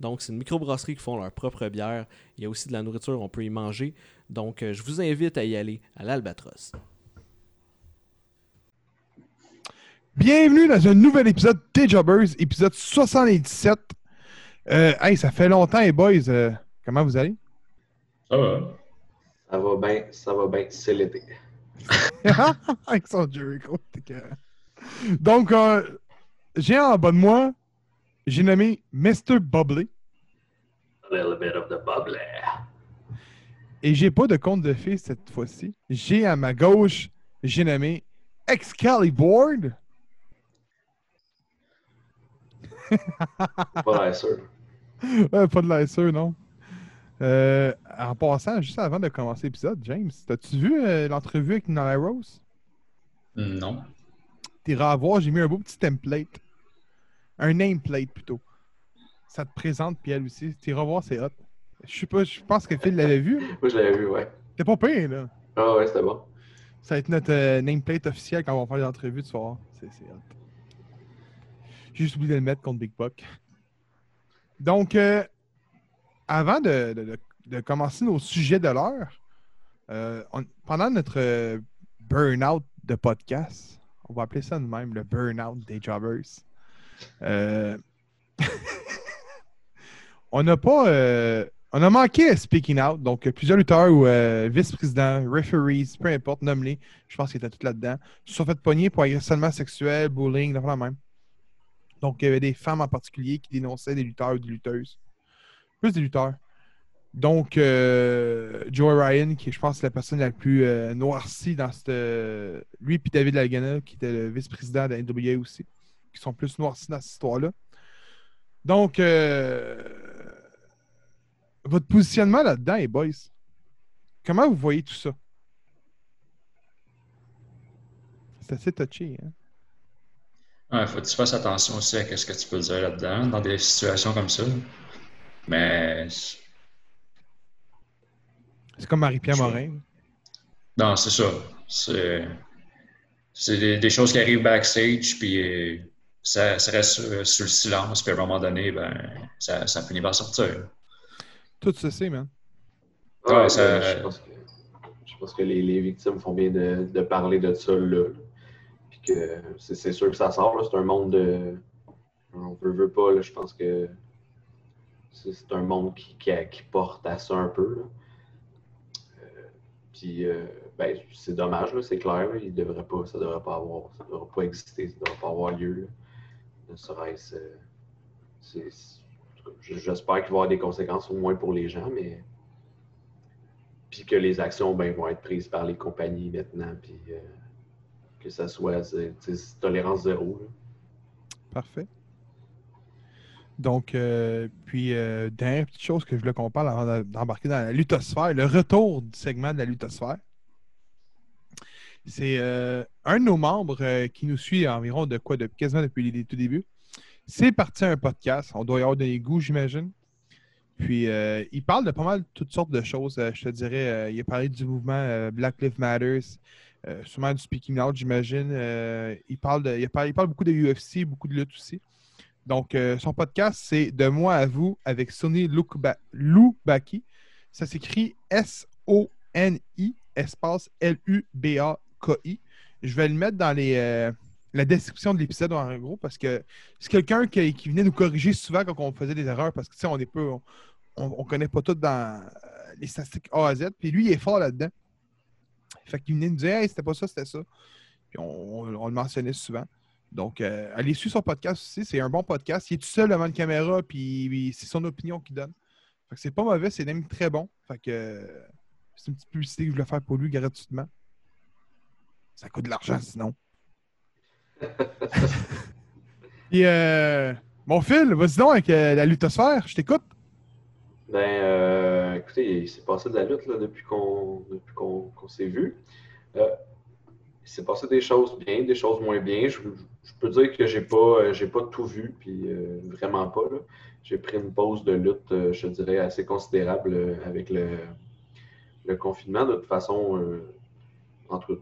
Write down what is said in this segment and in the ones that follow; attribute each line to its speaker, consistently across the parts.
Speaker 1: Donc, c'est une microbrasserie qui font leur propre bière. Il y a aussi de la nourriture, on peut y manger. Donc, euh, je vous invite à y aller à l'Albatros.
Speaker 2: Bienvenue dans un nouvel épisode des Jobbers, épisode 77. Euh, hey, ça fait longtemps, les boys. euh, comment vous allez?
Speaker 3: Ça va.
Speaker 4: Ça va bien, ça va bien, c'est l'été.
Speaker 2: Avec son Jericho, t'es carré. Donc, euh, j'ai en bas de moi, j'ai nommé Mr. Bubbly
Speaker 3: A little bit of the bubble.
Speaker 2: et j'ai pas de compte de fées cette fois-ci. J'ai à ma gauche, j'ai nommé Excalibur.
Speaker 4: Pas l'air sûr.
Speaker 2: Euh, pas de l'air sûr, non. Euh, en passant, juste avant de commencer l'épisode, James, t'as-tu vu euh, l'entrevue avec Nola Rose?
Speaker 3: Non.
Speaker 2: T'iras à voir, j'ai mis un beau petit template. Un nameplate plutôt. Ça te présente, puis elle aussi. T'iras voir, c'est hot. Je sais pas, je pense que Phil l'avait vu.
Speaker 4: Moi, je l'avais vu, ouais.
Speaker 2: T'es pas pire, là.
Speaker 4: Ah ouais, c'était bon.
Speaker 2: Ça va être notre euh, nameplate officiel quand on va faire les entrevues, tu vas voir. C'est c'est hot. J'ai juste oublié de le mettre contre Big Buck. Donc, euh, avant de, de- de- de commencer nos sujets de l'heure, euh, on- pendant notre euh, burn-out de podcast, on va appeler ça de même le burn-out des jobbers. euh, on n'a pas. euh, on a manqué à Speaking Out, donc euh, plusieurs lutteurs ou euh, vice-présidents, referees, peu importe, nomme-les. Je pense qu'ils étaient tous là-dedans. Ils se sont fait pogner pour harcèlement sexuel, bullying, dans la même. Donc, il y avait des femmes en particulier qui dénonçaient des lutteurs ou des lutteuses. Plus des lutteurs. Donc, euh, Joe Ryan, qui est, je pense, la personne la plus euh, noircie dans cette. euh, lui puis David Lagana, qui était le vice-président de la NWA aussi, qui sont plus noircis dans cette histoire-là. Donc, euh, votre positionnement là-dedans, les boys, comment vous voyez tout ça? C'est assez touché, hein?
Speaker 3: Il faut que tu fasses attention aussi à ce que tu peux dire là-dedans, dans des situations comme ça. Mais
Speaker 2: C'est comme Marie-Pierre
Speaker 3: Je-
Speaker 2: Morin.
Speaker 3: non, c'est ça. C'est c'est des, des choses qui arrivent backstage, puis euh, ça, ça reste sur, sur le silence, puis à un moment donné, ben, ça, ça finit par sortir.
Speaker 2: Tout ça, c'est, man.
Speaker 3: Ouais,
Speaker 4: Ah,
Speaker 3: ça-
Speaker 4: mais Je pense que, je pense que les, les victimes font bien de, de parler de ça, là. Puis que c'est c'est sûr que ça sort, là. C'est un monde de. On veut, veut pas, là. Je pense que c'est c'est un monde qui, qui, qui porte à ça un peu, là. Euh, Puis, euh, ben, c'est dommage, là, c'est clair. là. Il devrait pas, ça devrait pas avoir, ça devrait pas exister, ça devrait pas avoir lieu. là. Ne serait-ce. euh, c'est- c'est- en tout cas, j- J'espère qu'il va y avoir des conséquences au moins pour les gens, mais puis que les actions ben, vont être prises par les compagnies maintenant, puis euh, que ça soit zé- tu sais, tolérance zéro. là.
Speaker 2: Parfait. Donc, euh, puis, euh, dernière petite chose que je voulais qu'on parle avant de- d'embarquer dans la lutosphère, le retour du segment de la lutosphère. C'est euh, un de nos membres euh, qui nous suit environ de quoi, de, quasiment depuis les tout début. C'est parti un podcast. On doit y avoir des goûts, j'imagine. Puis, euh, il parle de pas mal toutes sortes de choses. Euh, je te dirais, euh, il a parlé du mouvement euh, Black Lives Matters, euh, sûrement du Speaking Out, j'imagine. Euh, il, parle de- il, parle, il parle beaucoup de UFC, beaucoup de lutte aussi. Donc, euh, son podcast, c'est De moi à vous avec Sonny Louba- Loubaki. Ça s'écrit S-O-N-I, espace L-U-B-A-K-I. Je vais le mettre dans les, euh, la description de l'épisode, en gros, parce que c'est quelqu'un qui, qui venait nous corriger souvent quand on faisait des erreurs, parce que, tu sais, on est peu... On, on- on connaît pas tout dans euh, les statistiques A à Z, puis lui, il est fort là-dedans. Fait qu'il venait nous dire, hey, c'était pas ça, c'était ça. Puis on, on- on le mentionnait souvent. Donc, euh, allez suivre son podcast aussi. C'est un bon podcast. Il est tout seul devant la caméra, puis puis c'est son opinion qu'il donne. Fait que c'est pas mauvais, c'est même très bon. Fait que euh, c'est une petite publicité que je voulais faire pour lui gratuitement. Ça coûte de l'argent sinon. Et euh, mon Phil, vas-y donc avec euh, la lutosphère, je t'écoute.
Speaker 4: Ben, euh, écoutez, il s'est passé de la lutte là, depuis qu'on depuis qu'on qu'on s'est vu. Euh, il s'est passé des choses bien, des choses moins bien. Je, je peux dire que j'ai pas euh, j'ai pas tout vu, puis euh, vraiment pas. là. J'ai pris une pause de lutte, euh, je dirais, assez considérable euh, avec le, le confinement. De toute façon, euh, entre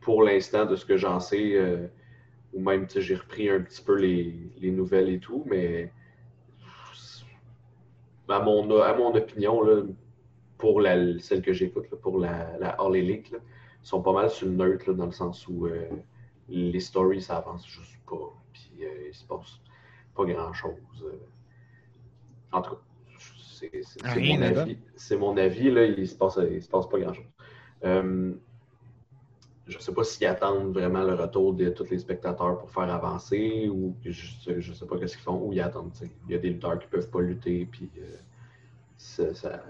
Speaker 4: pour l'instant, de ce que j'en sais, euh, ou même tu sais, j'ai repris un petit peu les, les nouvelles et tout, mais Ben, à mon, à mon opinion, là, pour la, celle que j'écoute, là, pour la, la All Elite, là, sont pas mal sur le neutre, là, dans le sens où euh, les stories, ça avance juste pas, puis euh, il se passe pas grand-chose. euh. En tout cas, c'est c'est- c'est
Speaker 2: Rien
Speaker 4: mon
Speaker 2: là-bas.
Speaker 4: avis. C'est mon avis, là, il se passe, il se passe pas grand-chose. Euh, je sais pas s'ils attendent vraiment le retour de tous les spectateurs pour faire avancer, ou que je, sais- je sais pas qu'est-ce qu'ils font, ou ils attendent. tu sais. Il y a des lutteurs qui peuvent pas lutter, puis... euh, ça, ça,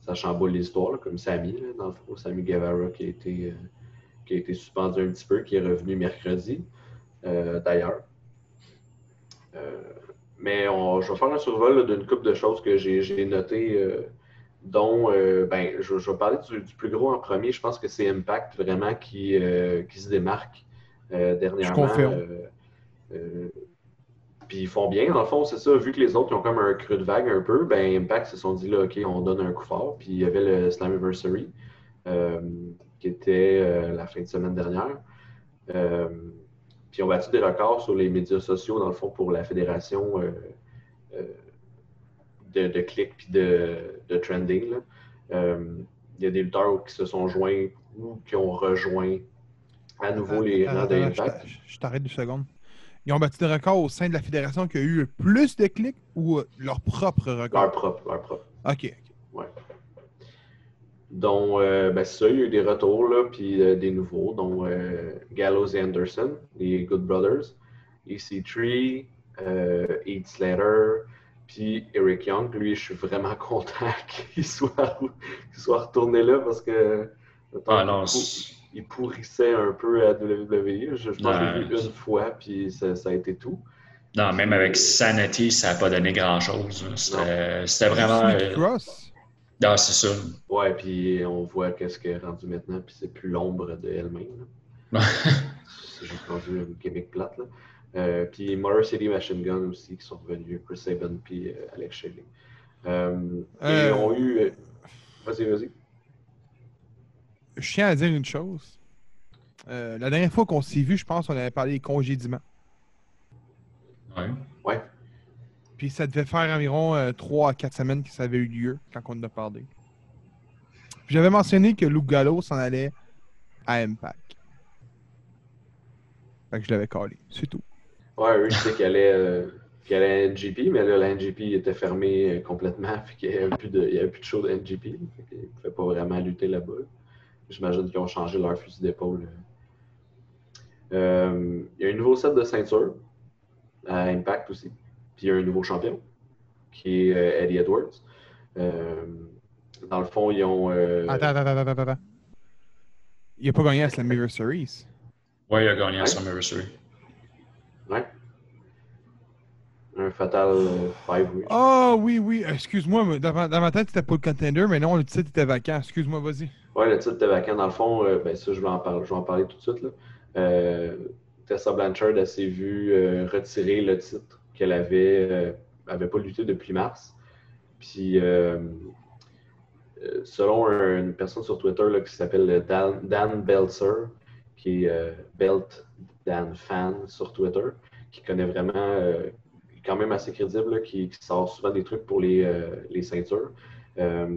Speaker 4: ça chamboule l'histoire, là, comme Samy, là, dans le fond, Samy Guevara qui a, été, euh, qui a été suspendu un petit peu, qui est revenu mercredi, euh, d'ailleurs. Euh, mais on- je vais faire un survol là, d'une couple de choses que j'ai j'ai notées, euh, dont euh, ben, je, je vais parler du, du plus gros en premier. Je pense que c'est Impact vraiment qui, euh, qui se démarque euh, dernièrement.
Speaker 2: confirme.
Speaker 4: Euh, euh, puis ils font bien, dans le fond, c'est ça. Vu que les autres ils ont comme un creux de vague un peu, ben Impact se sont dit là, OK, on donne un coup fort. Puis il y avait le Slammiversary euh, qui était euh, la fin de semaine dernière. Euh, puis ils ont battu des records sur les médias sociaux, dans le fond, pour la fédération euh, euh, de, de clics puis de, de trending. là. Euh, il y a des lutteurs qui se sont joints ou qui ont rejoint à nouveau les
Speaker 2: Attends,
Speaker 4: rangs
Speaker 2: Euh, attends, je
Speaker 4: d'Impact.
Speaker 2: t'a- Je t'arrête deux secondes. Ils ont battu des records au sein de la fédération qui a eu le plus de clics ou euh, leur propre
Speaker 4: Leur
Speaker 2: record?
Speaker 4: propre, leur propre.
Speaker 2: OK.
Speaker 4: dont euh, ben, c'est ça, il y a eu des retours, là, puis euh, des nouveaux, dont euh, Gallows et Anderson, les Good Brothers, EC3, euh, Heath Slater, puis Eric Young. Lui, je suis vraiment content qu'il soit, qu'il soit retourné là parce que
Speaker 3: Ah non,
Speaker 4: il,
Speaker 3: c'est-
Speaker 4: pour- il pourrissait un peu à WWE. Je, je pense que je l'ai vu
Speaker 3: Ouais.
Speaker 4: une fois, puis ça, ça a été tout.
Speaker 3: non, même avec Sanity, ça n'a pas donné grand-chose. là. C'était c'était vraiment.
Speaker 2: Sneaky
Speaker 3: euh,
Speaker 2: Cross?
Speaker 3: Non, c'est ça.
Speaker 4: Ouais, puis on voit qu'est-ce qu'elle est rendu maintenant, puis c'est plus l'ombre de elle-même. là. C'est juste rendu un gimmick plate. Là. Euh, puis Motor City Machine Gun aussi qui sont revenus, Chris Saban puis euh, Alex Shelley. Euh,
Speaker 2: Euh.
Speaker 4: Et ont eu. euh, Vas-y, vas-y.
Speaker 2: Je tiens à dire une chose. Euh, la dernière fois qu'on s'est vu, je pense qu'on avait parlé des congédiements.
Speaker 3: Ouais.
Speaker 2: Puis ça devait faire environ 3 à 4 semaines que ça avait eu lieu quand on en a parlé. Puis j'avais mentionné que Luke Gallo s'en allait à Impact. Fait que je l'avais calé. C'est tout.
Speaker 4: Ouais, eux, je sais qu'il allait, euh, qu'il allait à NGP, mais là, la NGP était fermée euh, complètement, puis qu'il n'y avait, plus de- il y avait plus de show de NGP. Fait qu'ils ne pouvaient pas vraiment lutter là-bas. J'imagine qu'ils ont changé leur fusil d'épaule. Euh, il y a un nouveau set de ceinture à Impact aussi. Puis il y a un nouveau champion, qui est euh, Eddie Edwards. Euh, dans le fond, ils ont. euh,
Speaker 2: Attends, attends, attends, attends, attends. Il n'a pas gagné à Slammiversary. Series.
Speaker 3: Ouais, il a gagné à
Speaker 4: Ouais.
Speaker 3: Slammiversary.
Speaker 4: ouais. Un Fatal euh, Five, oui.
Speaker 2: Ah oui, oui, excuse-moi, mais dans, ma- dans ma tête, c'était pas le contender, mais non, le titre était vacant. Excuse-moi, vas-y.
Speaker 4: Oui, le titre était vacant. Dans le fond, euh, ben ça, je vais en parler, je vais en parler tout de suite. là. Euh, Tessa Blanchard elle s'est vue euh, retirer le titre qu'elle avait, euh, avait pas lutté depuis mars. Puis, euh, euh, selon un- une personne sur Twitter là, qui s'appelle Dan, Dan Belzer, qui est euh, Belt Dan Fan sur Twitter, qui connaît vraiment, euh, quand même assez crédible, là, qui, qui sort souvent des trucs pour les, euh, les ceintures. Euh,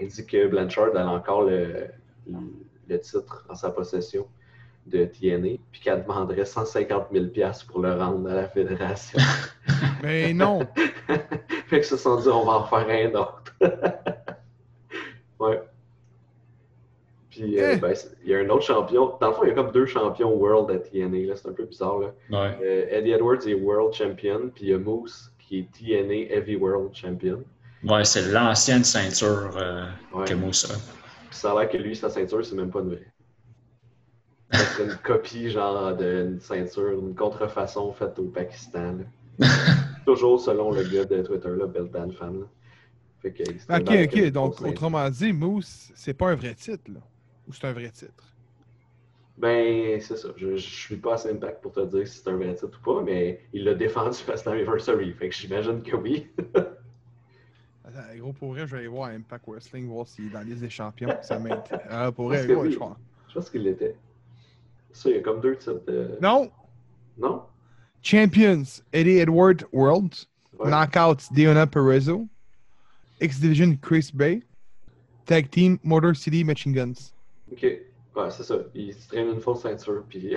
Speaker 4: il dit que Blanchard a encore le, le titre en sa possession de TNA, puis qu'elle demanderait 150 000 pour le rendre à la fédération.
Speaker 2: Mais non,
Speaker 4: fait que se sont dit, on va en faire un autre. ouais. Puis, euh,
Speaker 2: Eh.
Speaker 4: ben, c'est- il y a un autre champion. Dans le fond, il y a comme deux champions World à TNA. là. C'est un peu bizarre. Là.
Speaker 3: Ouais.
Speaker 4: Euh, Eddie Edwards est World Champion, puis il y a Moose qui est TNA Heavy World Champion.
Speaker 3: Ouais, c'est l'ancienne ceinture euh,
Speaker 4: Ouais.
Speaker 3: que Moussa.
Speaker 4: Puis ça a l'air que lui, sa ceinture, c'est même pas une vraie. Ça serait une copie, genre, d'une ceinture, une contrefaçon faite au Pakistan. là. Toujours selon le gars de Twitter, là, Beltan Fan. là. Fait que c'était
Speaker 2: Ok,
Speaker 4: dans
Speaker 2: ok.
Speaker 4: le-
Speaker 2: Donc, autrement dit, Moose, c'est pas un vrai titre, là. Ou c'est un vrai titre.
Speaker 4: Ben, c'est ça. Je, je suis pas assez impact pour te dire si c'est un vrai titre ou pas, mais il l'a défendu parce que c'est un anniversary. Fait que j'imagine que oui.
Speaker 2: Attends, gros, pour vrai, je vais aller voir Impact Wrestling, voir s'il est dans la liste des champions. Ça m'intéresse. Ah, pour vrai,
Speaker 4: Parce que
Speaker 2: ouais,
Speaker 4: oui.
Speaker 2: je crois.
Speaker 4: je pense qu'il l'était. Ça, il y a comme deux titres. de-
Speaker 2: Non!
Speaker 4: Non?
Speaker 2: Champions, Eddie Edward World.
Speaker 4: Ouais.
Speaker 2: Knockouts, Deonna Perezzo. X Division, Chris Bay. Tag Team, Motor City, Machine Guns.
Speaker 4: Ok. Ouais, c'est ça. Il se traîne une fausse ceinture, puis.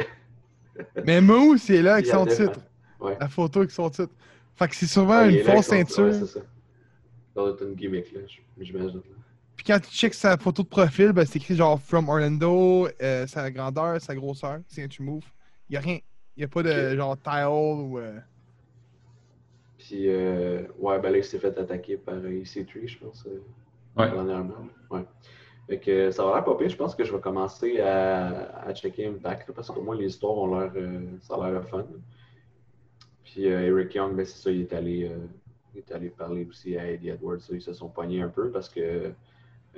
Speaker 2: Mais Moose, c'est là avec
Speaker 4: Il
Speaker 2: son
Speaker 4: a défendu.
Speaker 2: titre.
Speaker 4: Ouais.
Speaker 2: La photo avec son titre. Fait que c'est souvent
Speaker 4: Ah, il
Speaker 2: une
Speaker 4: est là avec
Speaker 2: fausse
Speaker 4: son- ouais,
Speaker 2: ceinture.
Speaker 4: c'est ça. Ça doit être une gimmick, là, j'imagine.
Speaker 2: Puis quand tu checks sa photo de profil, ben, c'est écrit genre From Orlando, euh, sa grandeur, sa grosseur, c'est un tu move. Y a rien. Y a pas de
Speaker 4: Ok.
Speaker 2: genre tile ou. euh,
Speaker 4: Puis, euh, ouais, ben là, il s'est fait attaquer par euh, EC3, je pense, euh,
Speaker 3: Ouais.
Speaker 4: dernièrement. Ouais. Fait que euh, ça va l'air pas pire. Je pense que je vais commencer à, à checker Impact, là, parce qu'au moins, les histoires ont l'air, euh, ça a l'air le fun. Puis, euh, Eric Young, ben c'est ça, il est allé, euh, il est allé parler aussi à Eddie Edwards. ça, Ils se sont pognés un peu parce que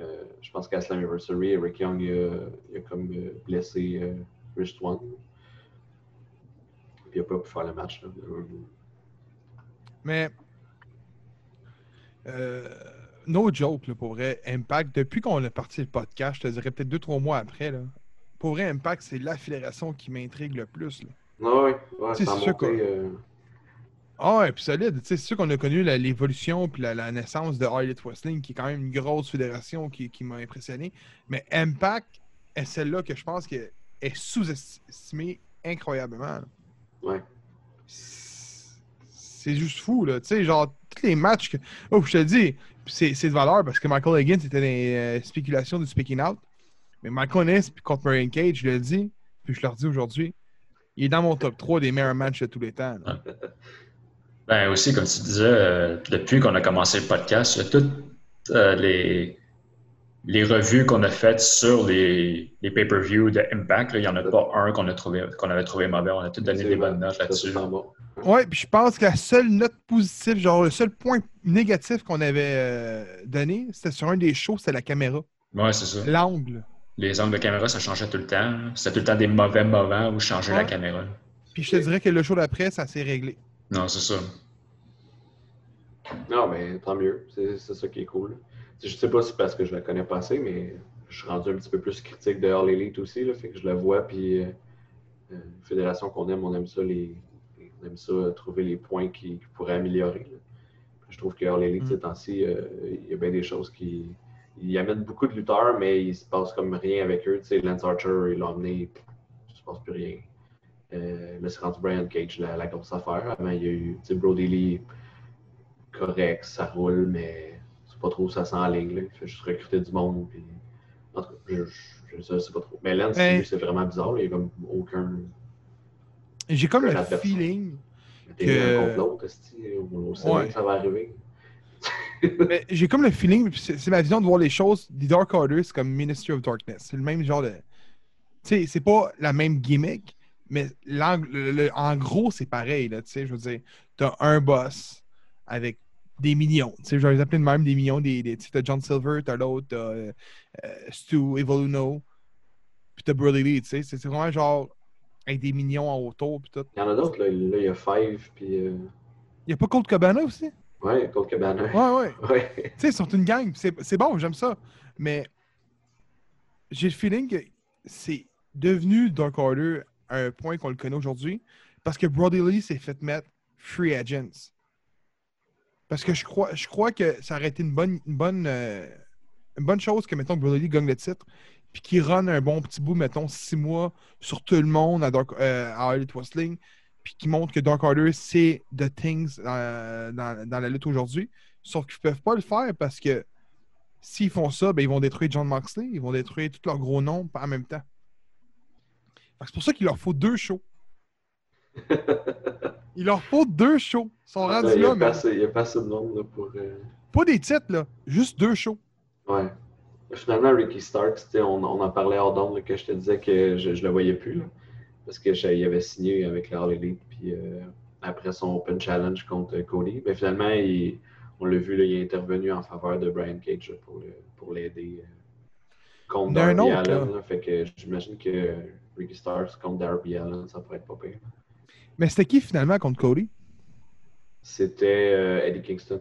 Speaker 4: euh, je pense qu'à Slammiversary, Eric Young, il a, il a comme euh, blessé euh, Rich Swann. Puis, il n'a pas pu faire le match. là.
Speaker 2: Mais. Euh, no joke, là, pour vrai. Impact, depuis qu'on a parti le podcast, je te dirais peut-être deux, trois mois après, là. Pour vrai, Impact, c'est la fédération qui m'intrigue le plus. là.
Speaker 4: Non, ouais, ouais,
Speaker 2: Tu sais,
Speaker 4: ça a
Speaker 2: c'est sûr
Speaker 4: monté,
Speaker 2: que-
Speaker 4: euh,
Speaker 2: Ah ouais, puis solide. Tu sais, C'est sûr qu'on a connu la- l'évolution puis la, la naissance de All Elite Wrestling, qui est quand même une grosse fédération qui, qui m'a impressionné. Mais Impact est celle-là que je pense qu'elle est sous-estimée incroyablement. là.
Speaker 4: Ouais.
Speaker 2: C'est juste fou, là. Tu sais, genre, tous les matchs que... Oh, je te le dis, c'est c'est de valeur parce que Michael Higgins était dans les euh, spéculations du Speaking Out. Mais Michael Higgins puis contre Marion Cage, je le dis, puis je le redis aujourd'hui, il est dans mon top 3 des meilleurs matchs de tous les temps. là.
Speaker 3: Ben aussi, comme tu disais, euh, depuis qu'on a commencé le podcast, il y a toutes euh, les, les revues qu'on a faites sur les, les pay-per-views de Impact, là, il n'y en a pas un qu'on a trouvé qu'on avait trouvé mauvais. On a tous donné des bonnes notes
Speaker 4: ça,
Speaker 3: là-dessus.
Speaker 4: c'est vraiment bon.
Speaker 2: Ouais, puis je pense que la seule note positive, genre le seul point négatif qu'on avait euh, donné, c'était sur un des shows, c'était la caméra,
Speaker 3: Ouais, c'est ça.
Speaker 2: l'angle.
Speaker 3: Les angles de caméra, ça changeait tout le temps. là. C'était tout le temps des mauvais moments où changer la
Speaker 2: Ouais.
Speaker 3: caméra.
Speaker 2: Puis je te dirais que le show d'après, ça s'est réglé.
Speaker 3: Non, c'est ça.
Speaker 4: Non, mais tant mieux. C'est c'est ça qui est cool. Tu sais, Je sais pas si c'est parce que je la connais pas assez, mais je suis rendu un petit peu plus critique de All Elite aussi. Là, fait que je la vois, puis euh, euh, une fédération qu'on aime, on aime ça, les, les- on aime ça euh, trouver les points qui, qui pourraient améliorer. là. Puis Je trouve que All Elite,
Speaker 2: Mm.
Speaker 4: ces temps-ci, euh, il y a bien des choses qui. Ils amènent beaucoup de lutteurs, mais il se passe comme rien avec eux. Tu sais, Lance Archer, il l'a emmené, il se passe plus rien. Euh, là, c'est rendu Brian Cage, la, la grosse affaire. Avant, il y a eu tu sais, Brody Lee, correct, ça roule, mais c'est pas trop où ça sent en ligne. Là. Il fait juste recruter du monde. Puis... En tout cas, je, je, je sais pas trop. Mais Lance,
Speaker 2: Hey.
Speaker 4: lui, c'est vraiment bizarre. là. Il n'y a comme aucun.
Speaker 2: J'ai comme le
Speaker 4: La personne.
Speaker 2: feeling.
Speaker 4: T'es
Speaker 2: Que-
Speaker 4: un contre l'autre, esti, on, on sait
Speaker 2: Ouais.
Speaker 4: bien que ça va arriver.
Speaker 2: Mais j'ai comme le feeling, puis c'est c'est ma vision de voir les choses. The Dark Order, c'est comme Ministry of Darkness. C'est le même genre de. Tu sais, c'est pas la même gimmick, mais l'angle- le- le- en gros, c'est pareil. là, Tu sais, je veux dire, t'as un boss avec des millions. Tu sais, je vais les appeler de même des millions. Des, des- tu sais, t'as John Silver, t'as l'autre, t'as euh, euh, Stu Evoluno, puis t'as Brody Lee. Tu sais, c'est c'est vraiment genre avec des millions en autour, puis tout.
Speaker 4: Il y en a d'autres, là. Là, il y a Five, puis. euh,
Speaker 2: Y a pas Cold Cabana aussi?
Speaker 4: Ouais, Cold Cabana.
Speaker 2: Ouais, ouais.
Speaker 4: Ouais.
Speaker 2: Tu sais, ils sont une gang. C'est c'est bon, j'aime ça. Mais j'ai le feeling que c'est devenu Dark Order à un point qu'on le connaît aujourd'hui parce que Brody Lee s'est fait mettre Free Agents. Parce que je crois, je crois que ça aurait été une bonne, une bonne, euh, une bonne chose que, mettons, que Brody Lee gagne le titre puis qu'il run un bon petit bout, mettons, six mois sur tout le monde à, Dark, euh, à All Elite Wrestling puis qu'il montre que Dark Order, c'est The Things euh, dans- dans la lutte aujourd'hui. Sauf qu'ils ne peuvent pas le faire parce que s'ils font ça, ben, ils vont détruire John Moxley, ils vont détruire tous leurs gros noms en même temps. Fait que C'est pour ça qu'il leur faut deux shows. Il leur faut deux shows. Ils sont
Speaker 4: Là,
Speaker 2: rendus
Speaker 4: Ah, ben, il, y
Speaker 2: là,
Speaker 4: a pas
Speaker 2: mais
Speaker 4: assez, il y a pas assez de monde là, pour. euh,
Speaker 2: pas des titres, là. juste deux shows.
Speaker 4: Ouais. Finalement, Ricky Starks, tu sais, on, on en parlait hors d'onde, là, que je te disais que je, je le voyais plus. là, parce que je- il avait signé avec la All Elite, puis euh, après son Open Challenge contre Cody, ben finalement, il- on l'a vu, là, il est intervenu en faveur de Brian Cage là, pour, le- pour l'aider euh, contre
Speaker 2: Il y en a un
Speaker 4: Darby
Speaker 2: autre,
Speaker 4: Allen.
Speaker 2: là.
Speaker 4: là. fait que j'imagine que Ricky Starks contre Darby Allen, ça pourrait être pas pire.
Speaker 2: Mais c'était qui finalement contre Cody?
Speaker 4: C'était euh, Eddie Kingston.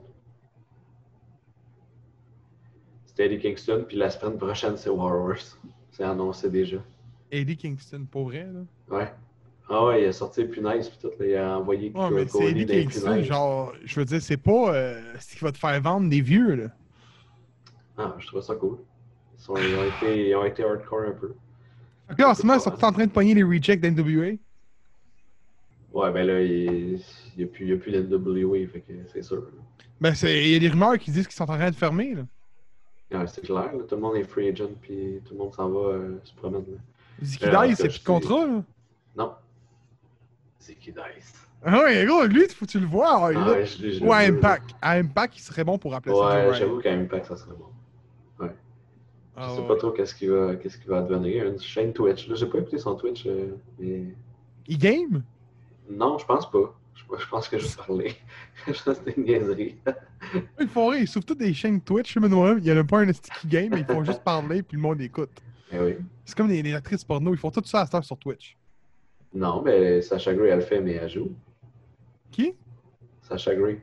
Speaker 4: C'était Eddie Kingston, puis la semaine prochaine, c'est Warriors. C'est annoncé déjà.
Speaker 2: Eddie Kingston, pour vrai, là.
Speaker 4: Ouais. Ah ouais, il a sorti les punaises, puis tout, là, il a envoyé
Speaker 2: Ouais, mais c'est
Speaker 4: Cody
Speaker 2: Eddie
Speaker 4: dans les
Speaker 2: Kingston,
Speaker 4: punaises.
Speaker 2: genre, je veux dire, c'est pas euh, ce qui va te faire vendre des vieux, là.
Speaker 4: Ah, je trouve ça cool. Ils, sont- ils ont été, ils ont été hardcore un peu.
Speaker 2: Fait que là, en ce moment, ils sont tous en train de pogner les rejects d'NWA.
Speaker 4: Ouais, ben là, il n'y a plus, il y a plus d'NWA, fait que c'est sûr. là.
Speaker 2: Ben, c'est- il y a des rumeurs qui disent qu'ils sont en train de fermer, là.
Speaker 4: Ouais, c'est clair, là, tout le monde est free agent, puis tout le monde s'en va euh, se promène. là.
Speaker 2: Zikida,
Speaker 4: Ben, en
Speaker 2: il
Speaker 4: tout
Speaker 2: c'est
Speaker 4: cas,
Speaker 2: plus de
Speaker 4: c'est-
Speaker 2: contrat, là.
Speaker 4: Non. C'est qui Dice?
Speaker 2: Ah ouais, gros, lui, faut que tu le vois. Ah, ouais, là.
Speaker 4: Ouais, je l'ai- je
Speaker 2: Ou à
Speaker 4: l'ai vu, là.
Speaker 2: Impact. À Impact, il serait bon pour appeler ça
Speaker 4: Ouais,
Speaker 2: du
Speaker 4: j'avoue qu'à Impact, ça serait bon. Je
Speaker 2: Ah,
Speaker 4: sais
Speaker 2: ouais.
Speaker 4: pas trop qu'est-ce qu'il va, qu'est-ce qu'il va devenir. Une chaîne Twitch. Là, j'ai pas écouté son Twitch, euh, mais.
Speaker 2: Il game?
Speaker 4: Non, je pense pas. Je, je pense que je vais parler. je pense que c'était une niaiserie.
Speaker 2: Ils font rire, ils sauvent toutes des chaînes Twitch, le il y en a pas un sticky game, mais ils font juste parler, puis le monde écoute.
Speaker 4: Eh oui.
Speaker 2: C'est comme les, les actrices porno, ils font tout ça à cette heure sur Twitch.
Speaker 4: Non, mais Sacha Gray, elle le fait, mais elle joue.
Speaker 2: Qui?
Speaker 4: Sacha Gray.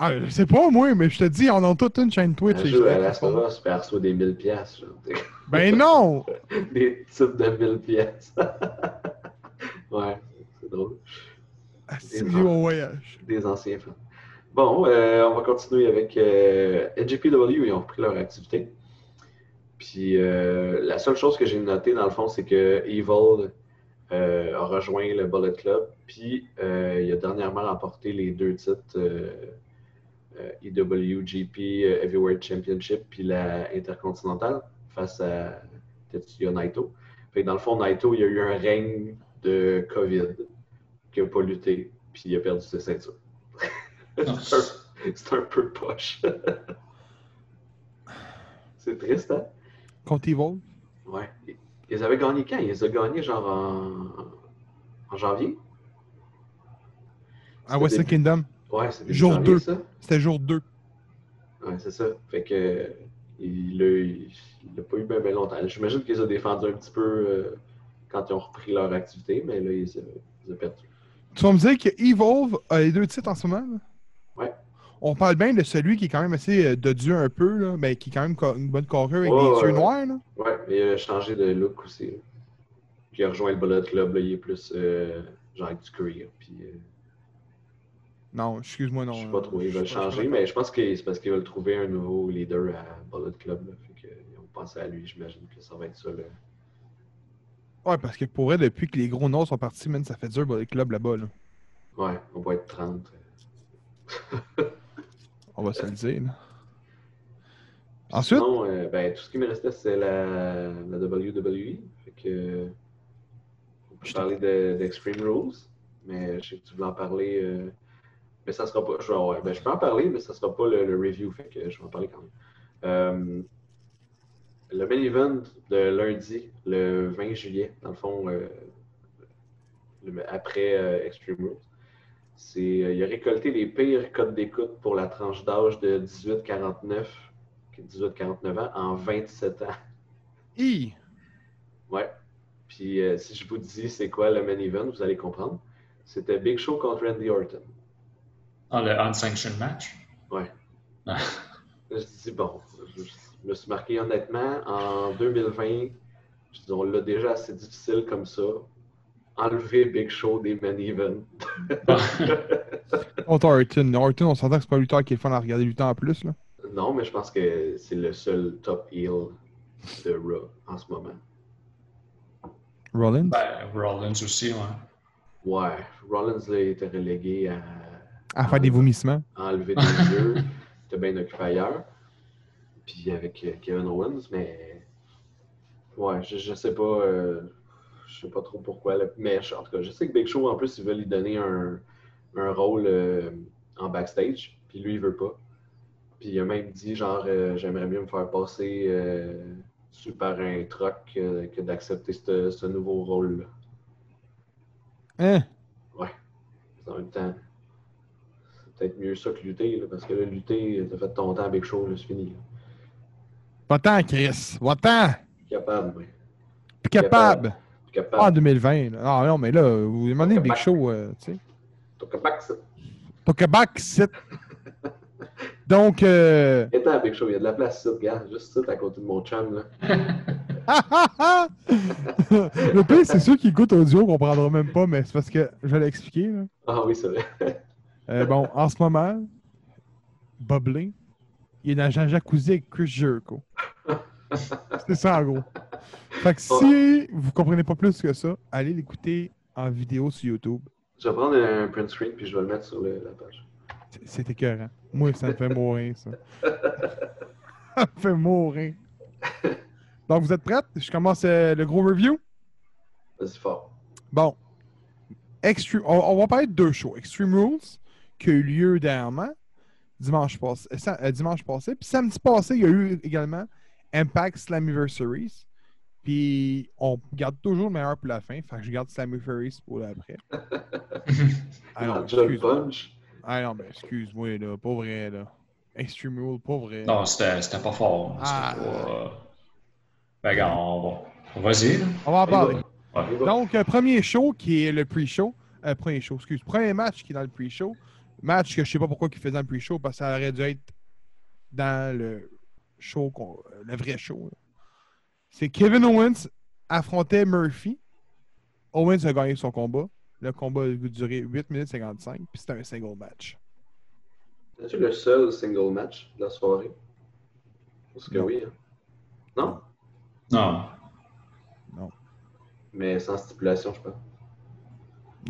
Speaker 2: Ah, je sais pas, moi, mais je te dis, on a toute une chaîne Twitch.
Speaker 4: Elle
Speaker 2: les
Speaker 4: joue à
Speaker 2: actrices
Speaker 4: Las
Speaker 2: porno.
Speaker 4: Vegas, puis elle reçoit des 1000 piastres. genre.
Speaker 2: Ben non!
Speaker 4: des types de 1000 piastres. ouais, c'est drôle.
Speaker 2: Ah, C'est vieux au voyage.
Speaker 4: Des anciens fans. Bon, euh, on va continuer avec euh, NJPW. Ils ont repris leur activité. Puis euh, la seule chose que j'ai notée, dans le fond, c'est que Evil euh, a rejoint le Bullet Club. Puis euh, il a dernièrement remporté les deux titres euh, euh, EWGP euh, Heavyweight Championship puis la Intercontinentale face à Tetsuya Naito. Fait que dans le fond, Naito, il y a eu un règne de COVID qui n'a pas lutté, puis il a perdu ses ceintures. c'est, un, c'est un peu poche. c'est triste, hein?
Speaker 2: Contre Evil.
Speaker 4: Ouais. Ils avaient gagné quand? Ils ont gagné genre en, en janvier?
Speaker 2: À Western
Speaker 4: début-
Speaker 2: Ah Kingdom.
Speaker 4: Ouais, c'est début
Speaker 2: Jour
Speaker 4: janvier,
Speaker 2: deux.
Speaker 4: ça?
Speaker 2: C'était jour 2.
Speaker 4: Ouais, c'est ça. Fait que euh, il l'a il l'a pas eu bien longtemps. J'imagine qu'ils ont défendu un petit peu euh, quand ils ont repris leur activité, mais là, ils ont, ils ont perdu.
Speaker 2: Tu vas me dire que Evolve a les deux titres en ce moment? là?
Speaker 4: Ouais.
Speaker 2: On parle bien de celui qui est quand même assez euh, dodieux un peu, là, mais qui est quand même co- une bonne correur avec
Speaker 4: Ouais,
Speaker 2: des
Speaker 4: ouais,
Speaker 2: yeux
Speaker 4: ouais.
Speaker 2: noirs. Là.
Speaker 4: Ouais, mais il a changé de look aussi. là. Puis il a rejoint le Bullet Club, là, il est plus euh, genre avec du cuir. Puis, euh,
Speaker 2: Non, excuse-moi, non. euh,
Speaker 4: je sais pas trop, ils
Speaker 2: je
Speaker 4: veulent
Speaker 2: suis pas- je suis
Speaker 4: changer,
Speaker 2: pas
Speaker 4: mais je pense que c'est parce qu'ils veulent trouver un nouveau leader à Bullet Club. là. Fait que, ils ont pensé à lui, j'imagine que ça va être ça. là.
Speaker 2: d'accord. Ouais, parce que pour vrai, depuis que les gros noirs sont partis, man, ça fait dur pour les clubs là-bas. Là.
Speaker 4: Ouais, on va être 30.
Speaker 2: On va se le dire. là. Ensuite,
Speaker 4: Sinon, euh, ben, tout ce qui me restait, c'est la, la WWE. Fait que, on peut parler de- d'Extreme Rules, mais je sais que tu voulais en parler. euh, mais ça sera pas. Je, vais- ouais, ben, je peux en parler, mais ça sera pas le, le review. Fait que je vais en parler quand même. Euh, le main event de lundi, le 20 juillet, dans le fond, euh, le- après euh, Extreme Rules. C'est, euh, il a récolté les pires codes d'écoute pour la tranche d'âge de 18-49 18-49 ans en 27 ans.
Speaker 2: I.
Speaker 4: Ouais. Puis euh, si je vous dis c'est quoi le main event, vous allez comprendre. C'était Big Show contre Randy Orton.
Speaker 3: Ah, le unsanctioned match?
Speaker 4: Ouais.
Speaker 3: Ah.
Speaker 4: Je dis bon, je, je me suis marqué honnêtement, en 2020, je dis on l'a déjà assez difficile comme ça. Enlever Big Show des main events.
Speaker 2: contre Orton. Orton, on s'entend que c'est pas un lutteur qui est le fun à regarder lutter en plus. Là.
Speaker 4: Non, mais je pense que c'est le seul top heel de Raw en ce moment.
Speaker 2: Rollins.
Speaker 3: Ben, Rollins aussi, ouais.
Speaker 4: Ouais, Rollins là, il était relégué à
Speaker 2: à faire des vomissements.
Speaker 4: enlevé des yeux. T'es bien occupé ailleurs. Puis avec euh, Kevin Owens, mais ouais, je, je sais pas. euh, je sais pas trop pourquoi. là. Mais je- en tout cas, je sais que Big Show, en plus, il veut lui donner un, un rôle euh, en backstage. Puis lui, il veut pas. Puis il a même dit genre euh, j'aimerais mieux me faire passer euh, sous par un troc que, que d'accepter ce ce nouveau rôle-là.
Speaker 2: Hein?
Speaker 4: En même temps, peut-être mieux ça que lutter, là, parce que là, lutter, t'as fait ton temps avec chaud, là, c'est fini. là.
Speaker 2: Va-t'en, Chris. Va-t'en.
Speaker 4: Plus capable, mais.
Speaker 2: Plus capable. Pas
Speaker 4: Plus
Speaker 2: en
Speaker 4: capable.
Speaker 2: 2020. là. Ah non, mais là, vous demandez Big Show, euh, tu sais.
Speaker 4: T'as capable, ça.
Speaker 2: T'as que back, c'est. Donc, euh,
Speaker 4: Étant à Big Show, il y a de la place, ça, gars. Juste ça, à côté de mon chum, là.
Speaker 2: Ah, ah, ah! le pire, c'est ceux qui écoutent audio comprendront même pas, mais c'est parce que je vais l'expliquer. là.
Speaker 4: Ah oui, c'est vrai.
Speaker 2: Euh, bon, en ce moment, Boblin, il est dans un jacuzzi avec Chris Jericho. C'est ça, en gros. Fait que si vous comprenez pas plus que ça, allez l'écouter en vidéo sur YouTube.
Speaker 4: Je vais prendre un print screen puis je vais le mettre sur le- la page.
Speaker 2: C'est- C'est écœurant. Moi, ça me fait mourir, ça. ça me fait mourir. Donc, vous êtes prêts? Je commence euh, le gros review.
Speaker 4: Vas-y, fort.
Speaker 2: Bon. Extreme- on, on va parler de deux shows. Extreme Rules, qui a eu lieu dernièrement, dimanche passé. euh, sa- euh, dimanche passé. Puis samedi passé, il y a eu également Impact Slammiversaries. Puis on garde toujours le meilleur pour la fin. Fait que je garde Slammiversaries pour l'après. Alors,
Speaker 4: Angel
Speaker 2: Ah excuse-moi.
Speaker 4: Punch.
Speaker 2: Ah non, mais excuse-moi, là. Pas vrai, là. Extreme Rules, pas vrai.
Speaker 3: Non, c'était c'était pas fort. C'était
Speaker 2: Ah.
Speaker 3: pas, euh, ben, regarde, on va. Vas-y. là.
Speaker 2: On va en parler.
Speaker 4: Il va.
Speaker 2: Donc, euh, premier show qui est le pre-show. euh, premier show, excuse. Premier match qui est dans le pre-show. Match que je sais pas pourquoi qu'il faisait dans le pre-show parce que ça aurait dû être dans le show, qu'on- euh, le vrai show. là. C'est Kevin Owens affrontait Murphy. Owens a gagné son combat. Le combat a duré 8 minutes 55, puis c'était un single match.
Speaker 4: C'est-tu le seul single match de la soirée? Je pense que
Speaker 2: Non.
Speaker 4: oui. hein. Non?
Speaker 3: Non.
Speaker 4: Mais sans stipulation, je pense.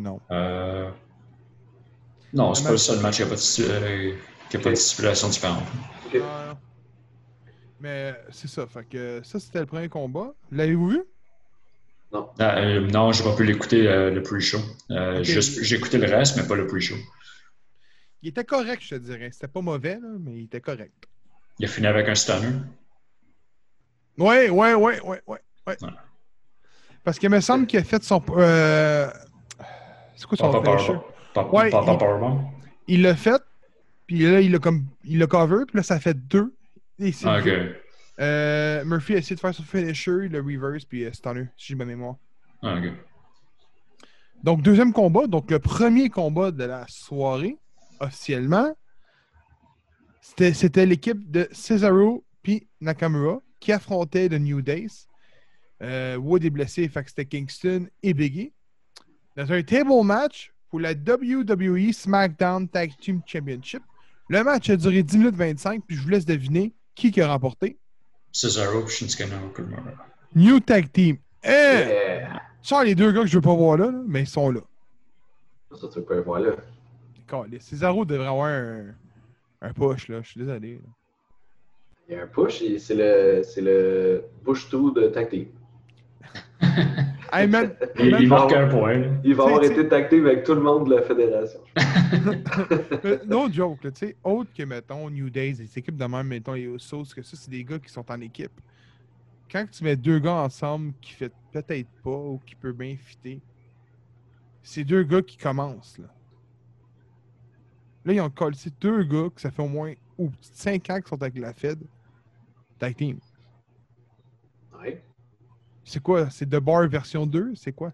Speaker 2: Non.
Speaker 3: Euh, Non, c'est pas le seul match qui n'a pas de, sti- euh, qui a pas de stipulation différente.
Speaker 4: Ok.
Speaker 2: Euh, mais euh, c'est ça. Fait que ça, c'était le premier combat. L'avez-vous vu?
Speaker 3: Ah, euh, non, j'ai pas pu l'écouter euh, le pre-show. Euh,
Speaker 2: Ok.
Speaker 3: juste- J'ai écouté le reste, mais pas le pre-show.
Speaker 2: Il était correct, je te dirais. C'était pas mauvais, là, mais il était correct.
Speaker 3: Il a fini avec un stunner.
Speaker 2: Ouais, ouais, ouais, ouais, ouais. ouais.
Speaker 3: Ouais.
Speaker 2: Parce qu'il me semble qu'il a fait son. euh, C'est quoi
Speaker 3: Pas
Speaker 2: son
Speaker 3: pas
Speaker 2: finisher?
Speaker 3: powerbomb. Pas
Speaker 2: Ouais,
Speaker 3: pas- pas
Speaker 2: il-
Speaker 3: powerbomb.
Speaker 2: Il l'a fait, puis là, il l'a comme. Il l'a cover, puis là, ça fait deux. Et c'est
Speaker 3: Ah, ok.
Speaker 2: Euh, Murphy a essayé de faire son finisher, il le reverse, puis euh, c'est en eux, si j'ai ma mémoire.
Speaker 3: Ah, ok.
Speaker 2: Donc, deuxième combat, donc le premier combat de la soirée, officiellement, c'était c'était l'équipe de Cesaro puis Nakamura qui affrontait The New Days. Euh, Wood est blessé, fait que c'était Kingston et Biggie. Dans un table match pour la WWE SmackDown Tag Team Championship, le match a duré 10 minutes 25, puis je vous laisse deviner qui, qui a remporté.
Speaker 3: Cesaro puis Shinsuke Nakamura.
Speaker 2: New Tag Team. Eh!
Speaker 4: Yeah!
Speaker 2: Sans les deux gars que je veux pas voir là, là, mais ils sont là.
Speaker 4: Ça, tu peux le voir là.
Speaker 2: Calais. Cesaro devrait avoir un, un push, là. Je suis désolé. là.
Speaker 4: Il y a un push, et c'est le, c'est le push-to de Tag Team.
Speaker 2: Hey, man,
Speaker 3: Il,
Speaker 2: Même
Speaker 3: il marque
Speaker 4: pas.
Speaker 3: un point. là.
Speaker 4: Il va
Speaker 2: Tu sais,
Speaker 4: avoir
Speaker 2: tu sais-
Speaker 4: été Tag Team avec tout le monde de la fédération.
Speaker 2: euh, no joke, là, tu sais, autre que, mettons, New Days, les équipes de même, mettons, les Usos, que ça, c'est des gars qui sont en équipe. Quand tu mets deux gars ensemble qui fait peut-être pas ou qui peut bien fitter, c'est deux gars qui commencent, là. Là, ils ont collé deux gars que ça fait au moins ou 5 ans qu'ils sont avec la Fed. Tag team.
Speaker 4: Ouais.
Speaker 2: C'est quoi? C'est The Bar version 2? C'est quoi?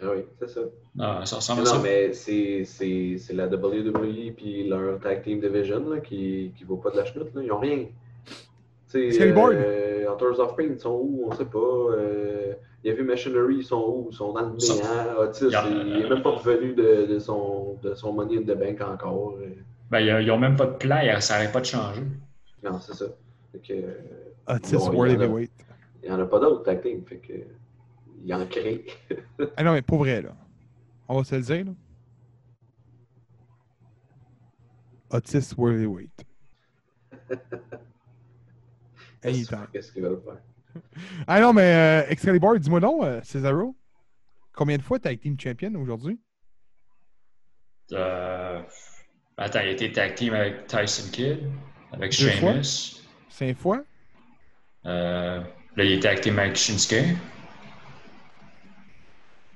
Speaker 4: Ah oui, c'est ça.
Speaker 3: Ah, ça ressemble à ça.
Speaker 4: Non, mais c'est- c'est c'est la WWE puis leur tag team division là, qui, qui vaut pas de la chenoute. Là. Ils ont rien. Tu sais,
Speaker 2: Skateboard.
Speaker 4: euh, Hunters of Pain, ils sont où? On sait pas. Euh, il y a vu Machinery, ils sont où? Ils sont dans le
Speaker 3: Ça-
Speaker 4: néant. Otis,
Speaker 3: Yeah.
Speaker 4: il n'est même pas revenu de, de son, de son money in the bank encore. Euh,
Speaker 3: Ben, ils- ils n'ont même pas de plan, ils- ça n'arrête pas de changer.
Speaker 4: Non, c'est ça. Fait que, euh,
Speaker 2: Otis
Speaker 4: Bon, il y
Speaker 2: World
Speaker 4: en a.
Speaker 2: Heavyweight.
Speaker 4: il n'y en a pas d'autres tag team. Fait que, euh, ils en créent.
Speaker 2: Ah non, mais pour vrai, là. On va se le dire, là. Otis Worthy Wait. Anytime.
Speaker 4: Qu'est-ce qu'ils veulent faire?
Speaker 2: Ah non, mais euh, Excalibur, dis-moi non, euh, Cesaro. Combien de fois t'as été team champion aujourd'hui?
Speaker 3: Euh, Attends, il était tag team avec Tyson Kidd, avec
Speaker 2: Deux fois.
Speaker 3: Sheamus.
Speaker 2: Cinq fois?
Speaker 3: Euh, là, il était tag team avec Shinsuke.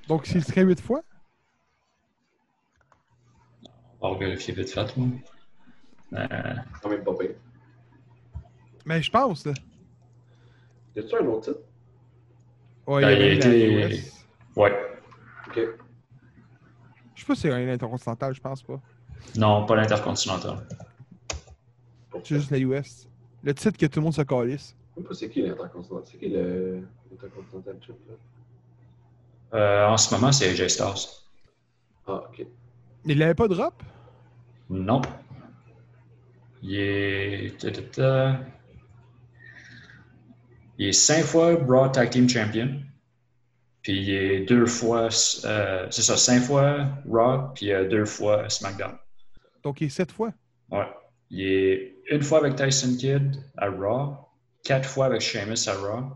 Speaker 2: Donc s'il serait huit fois?
Speaker 3: On va vérifier vite fait. là. Euh,
Speaker 4: C'est quand même pas pire.
Speaker 2: Mais je pense, là.
Speaker 4: Y a-tu un autre titre?
Speaker 2: Ouais,
Speaker 3: Ben,
Speaker 2: il y avait
Speaker 3: il
Speaker 2: la
Speaker 3: était-
Speaker 2: US.
Speaker 3: ouais.
Speaker 4: Ok.
Speaker 2: Je sais pas si c'est l'intercontinental, je pense pas.
Speaker 3: Non, pas l'intercontinental.
Speaker 2: C'est juste la US. Le titre que tout le monde se calisse.
Speaker 4: Je sais pas c'est qui l'intercontinental. C'est qui le- l'intercontinental champion?
Speaker 3: Euh, en ce moment, c'est AJ Styles.
Speaker 4: Ah, ok.
Speaker 2: Il l'avait pas drop?
Speaker 3: Non. Il est. ta, ta, ta. Il est cinq fois Raw Tag Team Champion. Puis il est deux fois. euh, c'est ça, cinq fois Raw, puis euh, deux fois SmackDown.
Speaker 2: Donc il est 7 fois.
Speaker 3: Ouais. Il est une fois avec Tyson Kidd à Raw, quatre fois avec Sheamus à Raw,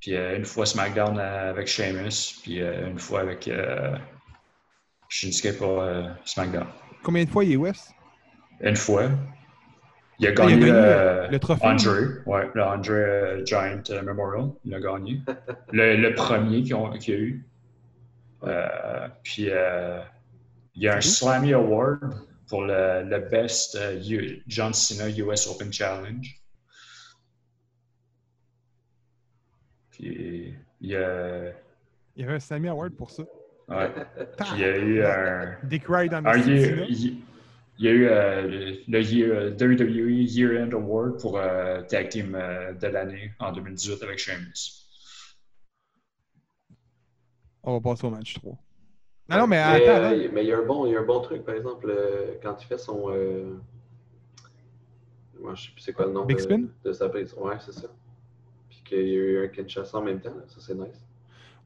Speaker 3: puis euh, une fois SmackDown à- avec Sheamus, puis euh, une fois avec euh, Shinsuke pour euh, SmackDown.
Speaker 2: Combien de fois il est US?
Speaker 3: Une fois. Il
Speaker 2: Ah, il
Speaker 3: a
Speaker 2: a
Speaker 3: gagné
Speaker 2: gagné,
Speaker 3: euh,
Speaker 2: le trophée.
Speaker 3: Andre, ouais, le Andre euh, Giant euh, Memorial, il a gagné. Le, le premier qu'ils ont- qu'il y a eu. Euh, puis euh, il y a un Slammy Award pour le, le Best euh, U- John Cena US Open Challenge. Puis il y a,
Speaker 2: Il y avait un Sammy Award pour ça.
Speaker 3: ouais, puis il y a eu un.
Speaker 2: Dick Ride dans
Speaker 3: Ah,
Speaker 2: le
Speaker 3: il, y a,
Speaker 2: là.
Speaker 3: il- il y a eu euh, le, le year- euh, WWE E Year End Award pour euh, Tag Team euh, de l'année en 2018 avec Sheamus.
Speaker 2: On va passer au match 3. Non, non, mais
Speaker 4: Mais,
Speaker 2: attends,
Speaker 4: euh,
Speaker 2: attends.
Speaker 4: il- mais il y a un bon, il y a un bon truc, par exemple, euh, quand il fait son. euh, Moi, je sais plus c'est quoi le nom.
Speaker 2: Big
Speaker 4: de,
Speaker 2: spin?
Speaker 4: De sa prise. Ouais, c'est ça. Puis qu'il y a eu un Kinshasa en même temps, là. ça c'est nice.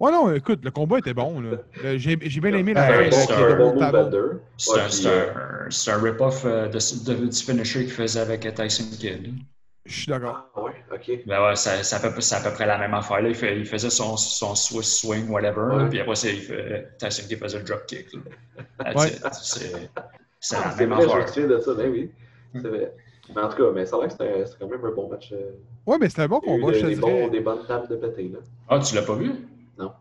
Speaker 2: Ouais, non, écoute, le combat était bon, là. Le- J'ai j'ai bien aimé la
Speaker 3: Ah,
Speaker 2: fin,
Speaker 3: ouais,
Speaker 2: là,
Speaker 3: c'est
Speaker 2: qui
Speaker 3: un
Speaker 2: est
Speaker 3: bon
Speaker 2: double
Speaker 4: move à
Speaker 2: tableau.
Speaker 4: deux.
Speaker 3: C'est
Speaker 4: Ouais,
Speaker 3: un,
Speaker 4: puis,
Speaker 3: c'est
Speaker 4: euh,
Speaker 3: un- c'est un rip-off euh, de, de- du finisher qu'il faisait avec euh, Tyson Kidd.
Speaker 2: Je suis d'accord.
Speaker 4: Ah ouais, ok.
Speaker 3: Ben ouais, ça- ça fait- c'est à peu près la même affaire. là. Il, fait- il faisait son, son Swiss swing, whatever, là,
Speaker 4: Ouais.
Speaker 3: puis après, c'est- il fait- Tyson Kidd faisait le dropkick. là. That's
Speaker 2: Ouais.
Speaker 3: it. C'est c'est
Speaker 4: Ah,
Speaker 3: la
Speaker 4: c'est
Speaker 3: même
Speaker 4: vrai, je me
Speaker 3: affaire.
Speaker 4: souviens de ça, ben oui.
Speaker 3: Hmm.
Speaker 4: C'est vrai. Mais en tout cas, mais ça a l'air que c'était c'était quand même un bon match. euh,
Speaker 2: Ouais, mais c'était un bon
Speaker 4: Il y a eu
Speaker 2: combat, je
Speaker 4: des,
Speaker 2: te
Speaker 4: des bons-
Speaker 2: dirais.
Speaker 4: des bonnes tables de pété, là.
Speaker 3: Ah, tu l'as pas vu?
Speaker 4: Non.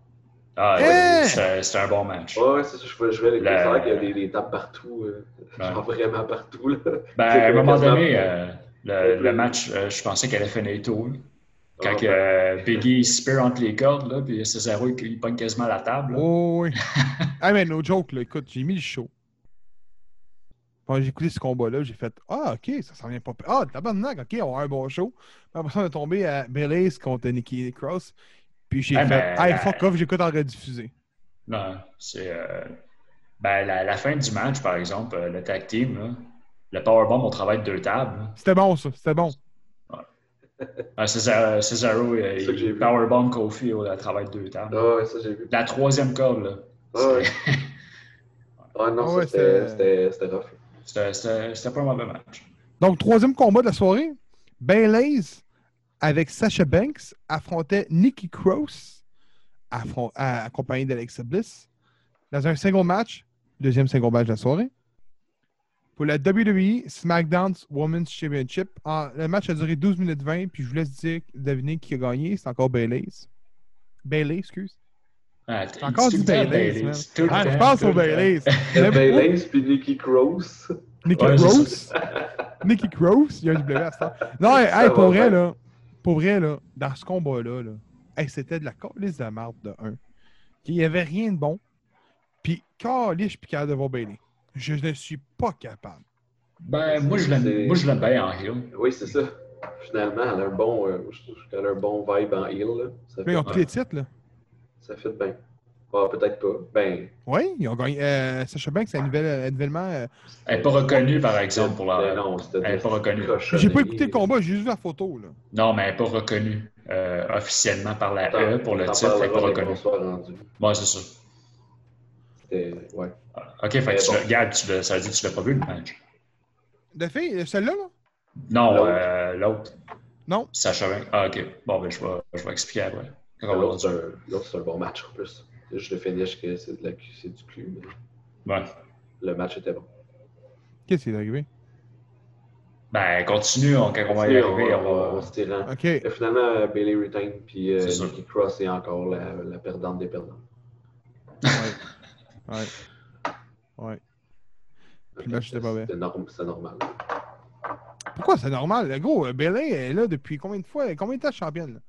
Speaker 3: Ah,
Speaker 2: Hein?
Speaker 3: oui, c'était c'était un bon match.
Speaker 4: Ouais, ouais, c'est ça, je voulais, je voulais les
Speaker 3: La-
Speaker 4: C'est vrai qu'il y a des, des tables partout, euh,
Speaker 3: Ben.
Speaker 4: genre vraiment partout, là.
Speaker 3: Ben,
Speaker 4: C'est
Speaker 3: à un
Speaker 4: que
Speaker 3: moment
Speaker 4: quasiment-
Speaker 3: donné, euh, le,
Speaker 4: Ouais.
Speaker 3: le match, euh, je pensais qu'elle allait finir tôt. Quand
Speaker 4: Ah,
Speaker 3: que, euh, Biggie il spear entre les cordes, là, puis Cesaro, il, il pogne quasiment la table. là.
Speaker 2: Oh, oui. ah, mais no joke, là. Écoute, j'ai mis le show. Quand j'ai écouté ce combat-là, j'ai fait Ah, ok, ça s'en vient pas. p- Ah, tabarnak, ok, on va avoir un bon show. Puis après ça, on est tombé à Belays contre Nikki Cross. Puis j'ai
Speaker 3: Ah,
Speaker 2: fait
Speaker 3: ben,
Speaker 2: Hey,
Speaker 3: euh,
Speaker 2: fuck off, j'écoute en rediffusé.
Speaker 3: Non, c'est. euh, ben, la, la fin du match, par exemple, euh, le tag team, là, le powerbomb, on travaille deux tables. là.
Speaker 2: C'était bon, ça, c'était bon.
Speaker 3: Ah, Cesaro, Cesaro, euh,
Speaker 4: C'est ça que j'ai
Speaker 3: il
Speaker 4: vu.
Speaker 3: powerbomb Kofi, on travaille deux tables.
Speaker 4: Ah ouais, ça j'ai vu.
Speaker 3: La troisième corde, là.
Speaker 4: Ah ouais.
Speaker 3: c'est-
Speaker 4: Ah non,
Speaker 2: Ah
Speaker 4: ça,
Speaker 2: ouais,
Speaker 4: c'était-
Speaker 2: c'est-
Speaker 4: c'était c'était rough.
Speaker 3: C'était c'était- c'était pas un mauvais match.
Speaker 2: Donc, troisième combat de la soirée, Bayley avec Sasha Banks affrontait Nikki Cross, affron- à- accompagnée d'Alexa Bliss, dans un single match, deuxième single match de la soirée, pour la WWE SmackDown Women's Championship. En- le match a duré 12 minutes 20, puis je vous laisse dire, deviner qui a gagné, c'est encore Bayley. Bayley, excuse.
Speaker 3: Ah, t-
Speaker 2: Encore
Speaker 3: tout
Speaker 2: du
Speaker 3: le temps
Speaker 2: Bayley's,
Speaker 3: Bayley's,
Speaker 2: man.
Speaker 3: tout le
Speaker 2: Ah, je
Speaker 3: temps,
Speaker 2: pense
Speaker 3: tout
Speaker 2: au
Speaker 3: le temps.
Speaker 2: Bayley.
Speaker 4: Le Bayless puis Nikki Cross.
Speaker 2: Nikki
Speaker 3: Ouais, c'est
Speaker 2: Cross. Nikki Cross, il y a un W à ce temps. Non, hey,
Speaker 4: Ça
Speaker 2: hey,
Speaker 4: va
Speaker 2: pour vrai,
Speaker 4: bien.
Speaker 2: là, pour vrai, là, dans ce combat-là, là, hey, c'était de la calice de marde de 1. Il n'y avait rien de bon. Puis, calice, je suis plus capable de voir Bailey. Je ne suis pas capable.
Speaker 3: Ben, moi, je l'aime-
Speaker 4: C'est-
Speaker 3: moi, je l'aime bien en heel.
Speaker 4: Oui, c'est ça. Finalement, elle a un bon, euh, je trouve qu'elle a un bon vibe en heel. Là. Ça,
Speaker 2: Là,
Speaker 4: fait,
Speaker 2: ils ont tous les titres, là.
Speaker 4: ça fait bien. Ah, peut-être pas. Ben,
Speaker 2: Oui, ils ont gagné. Euh, Sacha Banks, c'est un nouvel, un nouvellement. euh,
Speaker 3: Elle n'est pas reconnue, par exemple, pour la.
Speaker 4: ben non, c'était
Speaker 3: elle est pas reconnue.
Speaker 2: J'ai pas écouté le combat, j'ai juste vu la photo, là.
Speaker 3: Non, mais elle n'est pas reconnue euh, officiellement par la E pour le titre. Elle n'est pas reconnue.
Speaker 4: soit rendu.
Speaker 3: Bon, c'est ça.
Speaker 4: C'était, ouais.
Speaker 3: OK, fait que
Speaker 4: Mais
Speaker 3: tu
Speaker 4: bon.
Speaker 3: l'as- Gab, tu l'as- ça veut dire que tu l'as pas vu le match.
Speaker 2: De fait, euh, celle-là, là.
Speaker 3: Non,
Speaker 4: L'autre.
Speaker 3: euh, l'autre.
Speaker 2: Non.
Speaker 3: Sacha Vin- Ah, OK. Bon, ben, je vais, je vais expliquer après. Quand on va
Speaker 4: L'autre, c'est
Speaker 3: dire.
Speaker 4: un- l'autre, c'est un bon match en plus. C'est Juste le finish que c'est, de la, c'est du cul, mais
Speaker 3: Ouais.
Speaker 4: le match était bon.
Speaker 2: Qu'est-ce qui est arrivé?
Speaker 3: Ben, continue, on, quand on va y
Speaker 4: Et on-
Speaker 3: arriver, on
Speaker 4: on- on
Speaker 3: va.
Speaker 4: se tire
Speaker 2: OK.
Speaker 4: Et finalement, euh, Bailey retain, puis euh,
Speaker 3: C'est ça.
Speaker 4: Nikki Cross est encore la, la perdante des perdants.
Speaker 2: Ouais. Ouais. Ouais. le match était mauvais.
Speaker 4: C'était norm- c'était normal.
Speaker 2: Pourquoi c'est normal? Le gros, euh, Bélin est là depuis combien de fois? Combien de temps championne? là?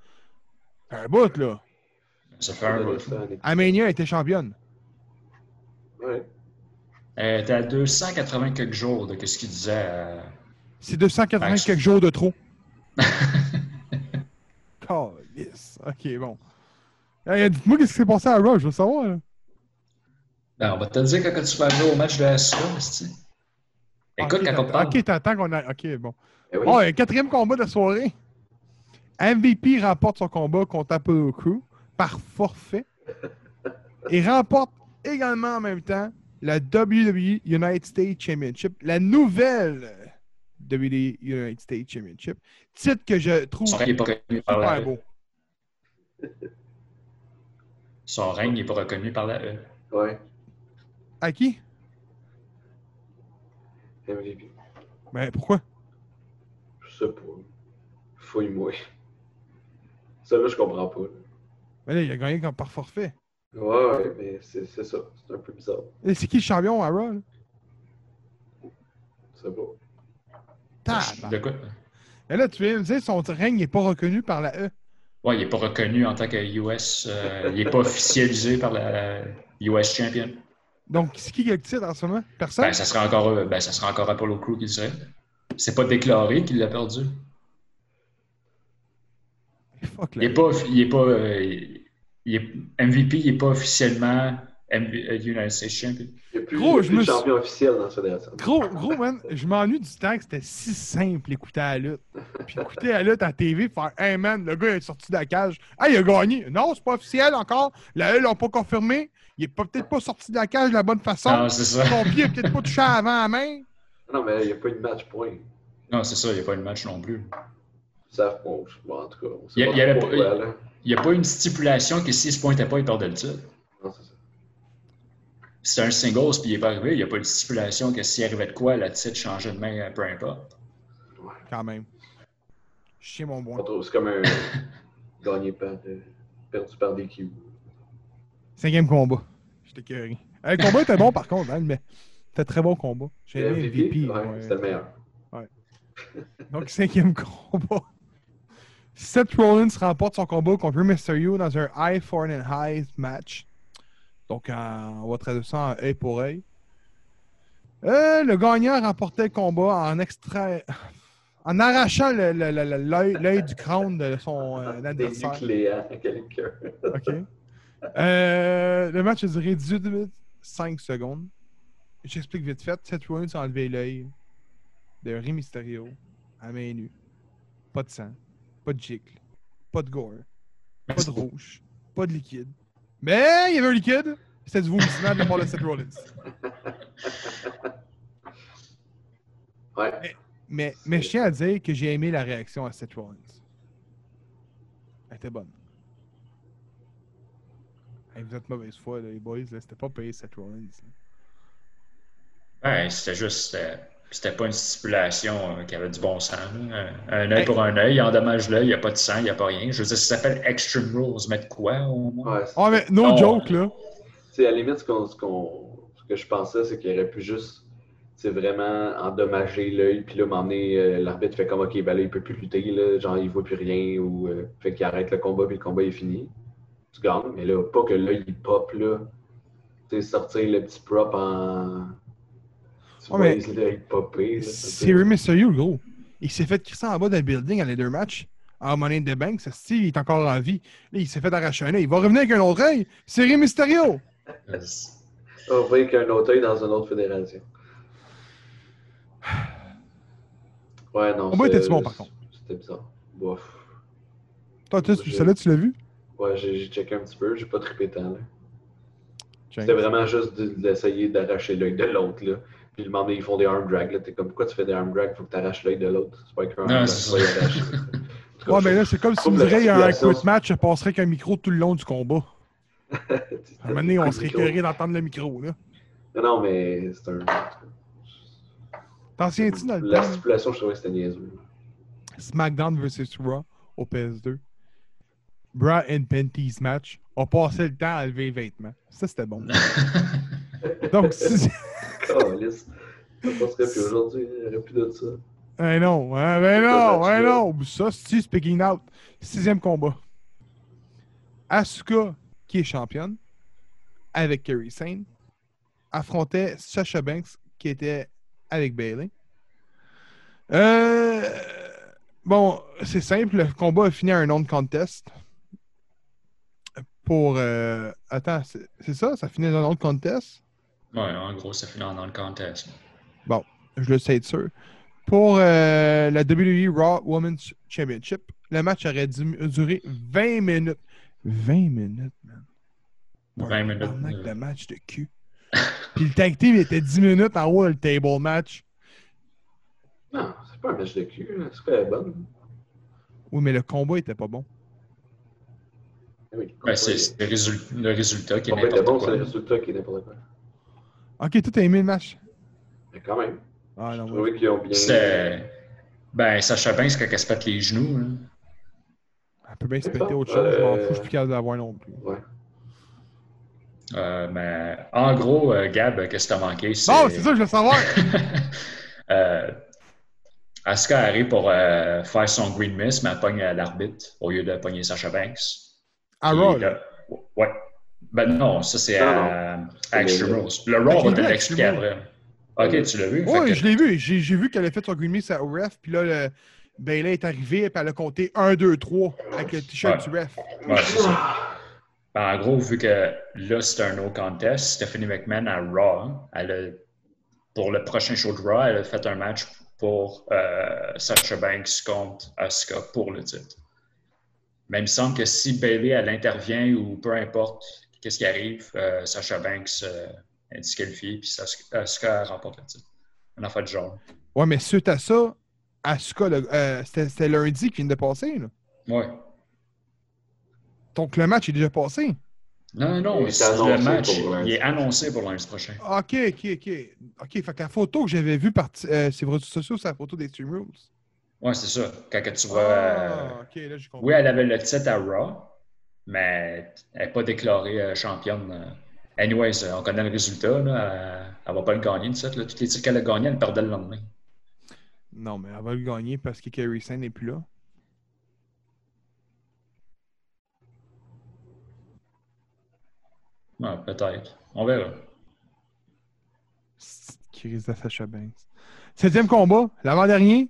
Speaker 2: Fait Un bout, là.
Speaker 3: Ça fait un bout.
Speaker 2: Aménia était championne.
Speaker 4: Ouais.
Speaker 3: Elle était Euh, à 280 quelques jours de ce qu'il disait. euh,
Speaker 2: C'est 280
Speaker 3: Ouais, c'est-
Speaker 2: quelques jours de trop. Calice. Ok, bon. Eh, Dites-moi qu'est-ce qui s'est passé à Raw, je veux savoir. là.
Speaker 3: Ben, on va te le dire quand tu vas jouer au match de la SEO, esti. Écoute,
Speaker 2: Ah, Ok,
Speaker 3: quand on
Speaker 2: t'attends-
Speaker 3: parle.
Speaker 2: Ok, t'attends qu'on a. Ok, bon.
Speaker 4: Eh oui.
Speaker 2: Bon, euh, quatrième combat de la soirée. MVP remporte son combat contre Apollo Crew par forfait. Et remporte également en même temps la WWE United States Championship, la nouvelle WWE United States Championship. Titre que je trouve
Speaker 3: Son règne n'est pas reconnu par la
Speaker 2: super
Speaker 3: E.
Speaker 2: beau.
Speaker 3: Son règne n'est pas reconnu par la E.
Speaker 4: Ouais.
Speaker 2: À qui?
Speaker 4: MVP.
Speaker 2: Ben pourquoi?
Speaker 4: Je sais pas. Fouille-moi. Ça, là, je comprends pas. là.
Speaker 2: Ben là, il a gagné comme par forfait.
Speaker 4: Ouais, ouais, mais c'est c'est ça. C'est un peu bizarre.
Speaker 2: Et c'est qui le champion à Raw? là?
Speaker 4: C'est pas.
Speaker 2: Tabarnak.
Speaker 3: De quoi?
Speaker 2: Et là, tu viens de me dire son règne n'est pas reconnu par la E.
Speaker 3: Ouais, il n'est pas reconnu en tant que US. euh, il n'est pas officialisé par la US Champion.
Speaker 2: Donc, c'est qui qui a le titre en ce moment? Personne?
Speaker 3: Ben, ça serait encore, euh, ben, ça serait encore Apollo Crew qui le serait. C'est pas déclaré qu'il l'a perdu.
Speaker 2: Fuck,
Speaker 3: Il
Speaker 2: là.
Speaker 3: n'est pas, il est pas, euh, il est- MVP, il n'est pas officiellement MV- euh, United States Champion.
Speaker 4: Il n'y a plus,
Speaker 2: Gros,
Speaker 4: il y a
Speaker 2: je
Speaker 4: plus
Speaker 2: me
Speaker 4: de
Speaker 2: suis-
Speaker 4: champion officiel dans la fédération.
Speaker 2: Gros, gros, man, je m'ennuie du temps que c'était si simple écouter à la lutte. Puis écouter la lutte à TV, faire Hey man, le gars est sorti de la cage. Ah, il a gagné. Non, c'est pas officiel encore. La E l'ont pas confirmé. Il est pas- peut-être pas sorti de la cage de la bonne façon.
Speaker 3: Non, c'est ça.
Speaker 2: Son pied est peut-être pas touché avant la main.
Speaker 4: Non, mais il n'y a pas eu de match point.
Speaker 3: Non, c'est ça, il n'y a pas eu de match non plus.
Speaker 4: Ils savent pas. je- bon, en tout cas, on sait
Speaker 3: Il y a-
Speaker 4: pas
Speaker 3: il y avait
Speaker 4: pourquoi,
Speaker 3: pas-
Speaker 4: là.
Speaker 3: Il n'y a pas une stipulation que s'il ne se pointait pas, il perdait le titre.
Speaker 4: Non, c'est ça.
Speaker 3: C'était un singles, puis il n'est pas arrivé. Il n'y a pas de stipulation que s'il arrivait de quoi, la titre changeait de main, euh, peu importe.
Speaker 4: Ouais.
Speaker 2: Quand même. Chier mon
Speaker 4: Pas
Speaker 2: bon.
Speaker 4: trop, C'est comme un gagné par euh, perdu par des Q.
Speaker 2: Cinquième combat. J'étais curé. le combat était bon par contre, hein, mais c'était très bon combat. J'ai aimé
Speaker 4: MVP,
Speaker 2: MVP.
Speaker 4: ouais,
Speaker 2: ouais.
Speaker 4: c'était le meilleur.
Speaker 2: Donc, cinquième combat. Seth Rollins remporte son combat contre Rey Mysterio dans un Eye for an Eye match. Donc, euh, on va traduire ça en œil pour œil. Euh, le gagnant remportait le combat en extrait. En arrachant le- le- le- le- l'œil l'œil du crâne de son euh,
Speaker 4: Des
Speaker 2: adversaire.
Speaker 4: nucléaires à quelqu'un.
Speaker 2: OK. Euh, le match a duré 18 minutes 5 secondes. J'explique vite fait. Seth Rollins a enlevé l'œil de Rey Mysterio à main nue. Pas de sang, pas de gicle, pas de gore, pas de rouge, pas de liquide. Mais il y avait un liquide. C'était du vomissement de la part de Seth Rollins.
Speaker 4: Ouais.
Speaker 2: Mais, mais je tiens à dire que j'ai aimé la réaction à Seth Rollins. Elle était bonne. Hey, vous êtes mauvaise foi, là, les boys. là, C'était pas payé Seth Rollins. là.
Speaker 3: Ouais, c'était juste. euh, C'était pas une stipulation euh, qui avait du bon sens. là. Un un œil pour un œil, il endommage l'œil, il n'y a pas de sang, il n'y a pas rien. Je veux dire, ça s'appelle Extreme Rules, mais de quoi au moins?
Speaker 4: Ouais, c'est-
Speaker 2: Ah, mais no
Speaker 3: Non.
Speaker 2: joke, là.
Speaker 4: tu sais, à la limite, ce, qu'on- ce qu'on- ce que je pensais, c'est qu'il aurait pu juste tu sais, vraiment endommager l'œil, puis là, m'emmener. euh, L'arbitre fait comme, OK, ben là, il peut plus lutter, là, genre, il voit plus rien, ou euh, fait qu'il arrête le combat, puis le combat est fini. Tu gagnes, mais là, pas que l'œil, il pop, là. Tu sais, sortir le petit prop en. Tu
Speaker 2: Ouais,
Speaker 4: vois
Speaker 2: mais-
Speaker 4: l'œil popper. là, c'est un
Speaker 2: C'est
Speaker 4: peu-
Speaker 2: Rey Mysterio, le gros. Il s'est fait crisser en bas d'un building à les deux matchs. À Money in the Bank, ça il est encore en vie. Là, il s'est fait arracher un œil. Il va revenir avec un autre œil. C'est Rey Mysterio.
Speaker 3: Euh,
Speaker 4: On va avec un autre œil dans une autre fédération. Ouais, non.
Speaker 2: Le combat
Speaker 4: c'est-
Speaker 2: était-tu bon, par contre?
Speaker 4: C'était bizarre. Bof.
Speaker 2: Toi, tu
Speaker 4: J'ai-
Speaker 2: celle-là, tu l'as vu?
Speaker 4: Ouais, j'ai j'ai checké un petit peu, j'ai pas trippé tant. là.
Speaker 2: James.
Speaker 4: C'était vraiment juste de- d'essayer d'arracher l'œil de l'autre. là. Puis le moment donné, ils font des arm drags. là. T'es comme, pourquoi tu fais des arm drags? Faut que t'arraches l'œil de l'autre. C'est pas qu'un arm
Speaker 3: Non,
Speaker 4: drag,
Speaker 3: c'est
Speaker 4: faut y
Speaker 3: ça.
Speaker 4: arracher. En tout
Speaker 2: Ouais,
Speaker 4: cas,
Speaker 2: mais là, c'est comme si
Speaker 4: Comme
Speaker 2: vous
Speaker 4: la
Speaker 2: diriez un
Speaker 4: situation-
Speaker 2: quick match, je passerais avec un micro tout le long du combat. À un moment donné, on serait écœuré d'entendre le micro, là.
Speaker 4: Non, non, mais c'est un.
Speaker 2: T'en souviens-tu dans le
Speaker 4: La
Speaker 2: temps?
Speaker 4: stipulation, je trouvais que c'était niaiseux.
Speaker 2: SmackDown vs Raw au PS2. Bra and Panties match. On passait le temps à lever les vêtements. Ça, c'était bon. Donc, si-
Speaker 4: Calisse. Ça passerait plus aujourd'hui, il n'y aurait plus de ça.
Speaker 2: Eh non, hein, ben
Speaker 4: C'est
Speaker 2: non,
Speaker 4: pas
Speaker 2: eh
Speaker 4: là-dessus, là.
Speaker 2: non. Ça, c'est speaking out. Sixième combat. Asuka, qui est championne, avec Kerry Sane, affrontait Sasha Banks, qui était avec Bailey. Euh, bon, c'est simple. Le combat a fini à un non-contest. Pour. euh, attends, c'est c'est ça? Ça finit dans un non-contest?
Speaker 3: Ouais, en gros, ça finit en non-contest.
Speaker 2: je le sais être sûr. Pour euh, la WWE Raw Women's Championship, le match aurait dû- duré 20 minutes. 20 minutes, man.
Speaker 3: 20 minutes,
Speaker 2: Tabarnak
Speaker 3: euh.
Speaker 2: de match de cul. Puis le tag team était 10 minutes en haut, le table match.
Speaker 4: Non, c'est pas un match de cul, hein, c'est pas bon.
Speaker 2: Oui, mais le combat était pas bon.
Speaker 4: Ah oui,
Speaker 3: Ben, c'est c'est le, résul- le résultat qui est
Speaker 4: Le combat était bon,
Speaker 3: n'importe
Speaker 4: Ah, c'est
Speaker 3: quoi.
Speaker 4: le résultat qui est n'importe quoi.
Speaker 2: Ok, toi, t'as aimé le match?
Speaker 4: Mais quand même,
Speaker 2: Ah non,
Speaker 4: je
Speaker 2: moi,
Speaker 4: trouvais qu'ils ont bien.
Speaker 3: C'était. Ben, Sacha Banks, quand elle se pète les genoux, là.
Speaker 2: elle peut bien se
Speaker 4: C'est
Speaker 2: péter
Speaker 4: ça.
Speaker 2: autre chose, je m'en
Speaker 4: Euh,
Speaker 2: fous, je suis plus capable de la voir non plus.
Speaker 4: Ouais.
Speaker 3: Euh, mais en gros, euh, Gab, qu'est-ce que t'as manqué?
Speaker 2: Bon, c'est ça, je veux savoir!
Speaker 3: euh, Asuka arrive pour euh, faire son green miss, mais elle pogne euh, l'arbitre au lieu de pogner Sacha Banks.
Speaker 2: À Ah,
Speaker 3: Puis
Speaker 2: Raw, là.
Speaker 3: là- Ouais. Ben non, ça c'est
Speaker 4: Non,
Speaker 3: à, à Extreme
Speaker 4: le-
Speaker 3: Rules. Le Raw,
Speaker 2: je l'ai
Speaker 3: on va te
Speaker 2: Ben, vu à
Speaker 3: l'expliquer
Speaker 2: Extreme
Speaker 3: après. Ok, tu l'as vu? Fait
Speaker 2: Oui,
Speaker 3: que-
Speaker 2: je l'ai vu. J'ai j'ai vu qu'elle a fait son green miss au ref, puis là, le Bailey est arrivé, puis elle a compté 1, 2, 3 avec le t-shirt du ref.
Speaker 3: Ouais, c'est ça. Ben, en gros, vu que là, c'est un no contest, Stephanie McMahon à Raw, elle a- pour le prochain show de Raw, elle a fait un match pour euh, Sasha Banks contre Asuka pour le titre. Mais il me semble que si Bailey, elle intervient ou peu importe qu'est-ce qui arrive, euh, Sasha Banks euh, est disqualifiée puis Sas- Asuka remporte le titre. On a fait du genre.
Speaker 2: Ouais, mais suite à ça, Asuka, le- euh, c'était c'était lundi qui vient de passer. Là.
Speaker 3: Ouais.
Speaker 2: Donc le match est déjà passé.
Speaker 3: Non, non,
Speaker 4: Il
Speaker 3: non,
Speaker 4: est
Speaker 3: c'est-
Speaker 4: annoncé
Speaker 3: le match
Speaker 4: pour lundi.
Speaker 3: il est annoncé pour lundi prochain.
Speaker 2: Ok, ok, ok. Ok, fait que la photo que j'avais vue par euh, sur les réseaux sociaux, c'est la photo des Stream Rules.
Speaker 3: Ouais, c'est ça. Quand que tu vois. euh,
Speaker 2: Ah, ok, là j'ai compris.
Speaker 3: Oui, elle avait le titre à Raw, mais elle n'est pas déclarée euh, championne. euh. Anyways, euh, on connaît le résultat. Là, euh, elle ne va pas le gagner, le titre. là. Tous les titres qu'elle a gagnés, elle perdait le lendemain.
Speaker 2: Non, mais elle va le gagner parce que Kerry Sane n'est plus là.
Speaker 3: Ouais, peut-être. On verra.
Speaker 2: Qui risque de Sacha Banks. Septième combat, l'avant-dernier.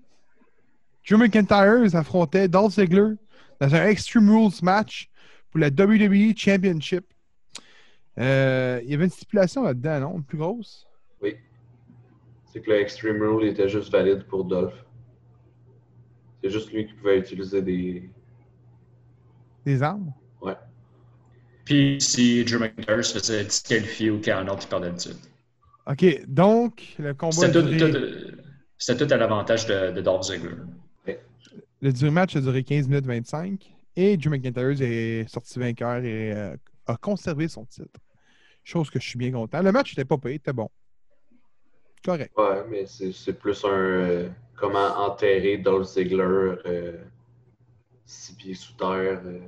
Speaker 2: Drew McIntyre affrontait Dolph Ziggler dans un Extreme Rules match pour la WWE Championship. Euh, il y avait une stipulation là-dedans, non? Une Plus grosse?
Speaker 4: C'est que le Extreme Rule était juste valide pour Dolph. C'est juste lui qui pouvait utiliser des.
Speaker 2: Des armes?
Speaker 3: Puis si Drew McIntyre se faisait disqualifier ou qu'il y en a un autre qui perdait le titre.
Speaker 2: OK, donc, le combat... a
Speaker 3: C'était tout,
Speaker 2: duré-
Speaker 3: tout- c'était tout à l'avantage de, de Dolph Ziggler.
Speaker 2: Le dur match a duré 15 minutes 25 et Drew McIntyre est sorti vainqueur et euh, a conservé son titre. Chose que je suis bien content. Le match n'était pas payé, c'était bon. Correct.
Speaker 4: Ouais, mais c'est c'est plus un. euh, comment enterrer Dolph Ziggler euh, six pieds sous terre. euh.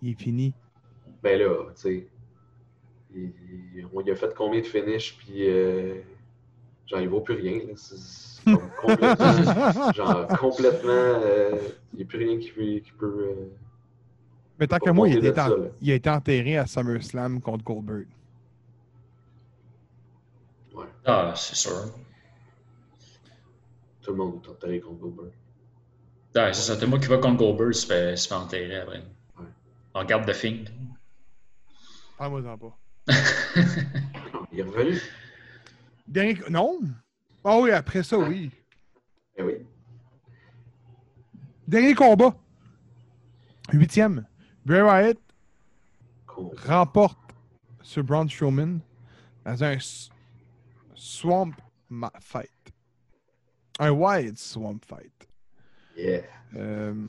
Speaker 2: Il est fini.
Speaker 4: ben là, tu sais. Il, il- on lui a fait combien de finishes, puis. euh, genre, il vaut plus rien. là. C'est- c'est comme complètement. Genre, complètement, euh, il n'y a plus rien qui peut. Qui peut euh,
Speaker 2: Mais tant
Speaker 4: Faut
Speaker 2: que moi, il a,
Speaker 4: monter
Speaker 2: été
Speaker 4: de
Speaker 2: en-
Speaker 4: ça, là.
Speaker 2: il a été enterré à SummerSlam contre Goldberg.
Speaker 3: Ah, c'est sûr.
Speaker 4: tout le monde est enterré contre Goldberg.
Speaker 3: Ah, c'est ça. Tout le monde qui va contre Goldberg se fait, se fait enterrer après. On regarde The Fiend.
Speaker 2: Parle-moi-en pas.
Speaker 4: Non, Il est revenu.
Speaker 2: Dernier... co- Non? Ah oui, après ça, oui.
Speaker 4: Ben oui.
Speaker 2: Dernier combat. Huitième. Bray Wyatt
Speaker 4: Con-
Speaker 2: remporte sur Braun Strowman dans un s- Swamp ma- Fight. Un Wyatt Swamp Fight.
Speaker 4: Yeah.
Speaker 2: Euh,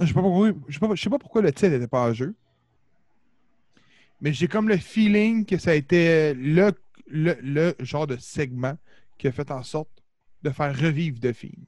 Speaker 2: Je sais pas pourquoi- je sais pas- je sais pas pourquoi le titre n'était pas en jeu. Mais j'ai comme le feeling que ça a été le, le, le genre de segment qui a fait en sorte de faire revivre The Fiend.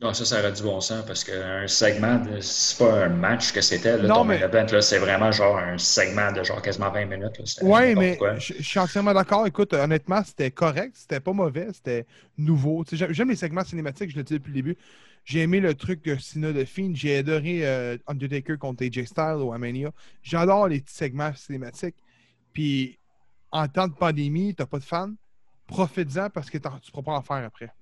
Speaker 3: Non, Ah, ça, ça aurait du bon sens parce qu'un segment, de- c'est pas un match que c'était, là,
Speaker 2: Non,
Speaker 3: ton
Speaker 2: mais-
Speaker 3: main event, là, c'est vraiment genre un segment de genre quasiment 20 minutes. là, c'était
Speaker 2: Ouais,
Speaker 3: n'importe
Speaker 2: mais
Speaker 3: quoi.
Speaker 2: je je suis entièrement d'accord. Écoute, euh, honnêtement, c'était correct, c'était pas mauvais, c'était nouveau. Tu sais, j'aime- J'aime les segments cinématiques, je le dis depuis le début. J'ai aimé le truc euh, Cena de Fiend, j'ai adoré euh, Undertaker contre AJ Styles ou Amania. J'adore les petits segments cinématiques. Puis, en temps de pandémie, t'as pas de fans, profites-en parce que t'en- tu pourras pas en faire après.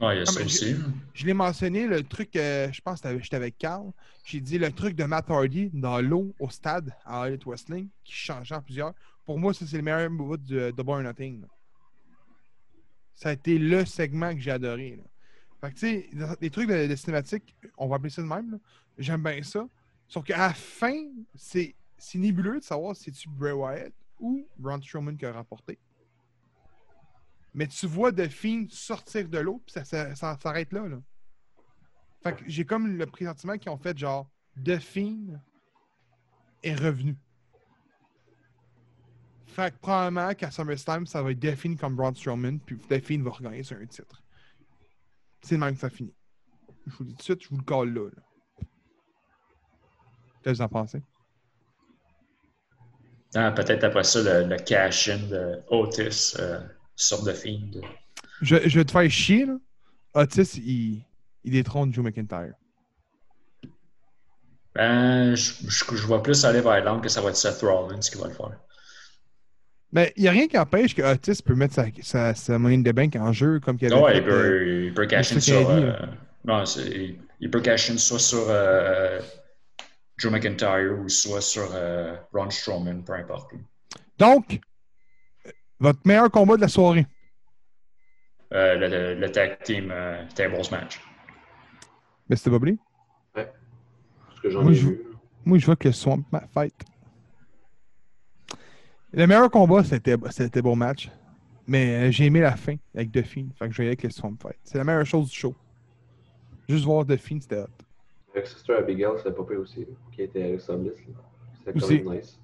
Speaker 3: Ouais, il y a
Speaker 2: Ah,
Speaker 3: ça
Speaker 2: mais
Speaker 3: aussi. hein.
Speaker 2: Je l'ai mentionné, le truc, euh, je pense que t'avais- j'étais avec Carl, j'ai dit le truc de Matt Hardy dans l'eau au stade à Harley Wrestling, qui changeait en plusieurs. Pour moi, ça, c'est le meilleur bout du euh, Double or Nothing. là. Ça a été le segment que j'ai adoré. là. Fait que, tu sais, dans- les trucs de, de cinématique, on va appeler ça de même, là, j'aime bien ça. Sauf qu'à la fin, c'est c'est nébuleux de savoir si c'est-tu Bray Wyatt ou Braun Strowman qui a remporté. Mais tu vois The Fiend sortir de l'eau, puis ça, ça- ça s'arrête là, là. Fait que j'ai comme le pressentiment qu'ils ont fait genre The Fiend est revenu. Fait que probablement qu'à SummerSlam, ça va être The Fiend comme Braun Strowman, puis The Fiend va regagner sur un titre. C'est le même que ça finit. Je vous le dis tout de suite, je vous le colle là. là. Qu'est-ce que vous en pensez?
Speaker 3: Ah, peut-être après ça, le, le cash-in de Otis euh, sur The Fiend.
Speaker 2: Je, je vais te faire chier, là. Otis, il, il détrône Joe McIntyre.
Speaker 3: Ben, je, je, je vois plus aller vers l'angle que ça va être Seth Rollins qui va le faire.
Speaker 2: Mais il n'y a rien qui empêche que Otis peut mettre sa, sa, sa monnaie de banque en jeu comme qu'il avait
Speaker 3: ouais,
Speaker 2: fait, euh,
Speaker 3: il peut, il peut cash in
Speaker 2: c'est ce qu'il
Speaker 3: sur.
Speaker 2: a dit, hein.
Speaker 3: euh, non, c'est- il, il peut cash in soit sur euh, Joe McIntyre ou soit sur euh, Ron Strowman, peu importe.
Speaker 2: Donc, euh, votre meilleur combat de la soirée.
Speaker 3: Euh, le, le- le tag team euh, tables match.
Speaker 2: Mais Ben, c'était Bob Lee.
Speaker 4: Parce que j'en
Speaker 2: Moi,
Speaker 4: ai
Speaker 2: je-
Speaker 4: vu. là.
Speaker 2: Moi, je vois que Swamp ma fight. Le meilleur combat, c'était c'était beau match. Mais euh, j'ai aimé la fin avec Duffy. Fait que je vais y aller avec le Swamp Fight. C'est la meilleure chose du show. Juste voir Duffy, c'était hot.
Speaker 4: Avec Sister Abigail, c'était pas pire aussi, là, qui était Alexa Bliss. là. C'était quand
Speaker 2: Aussi.
Speaker 4: même nice.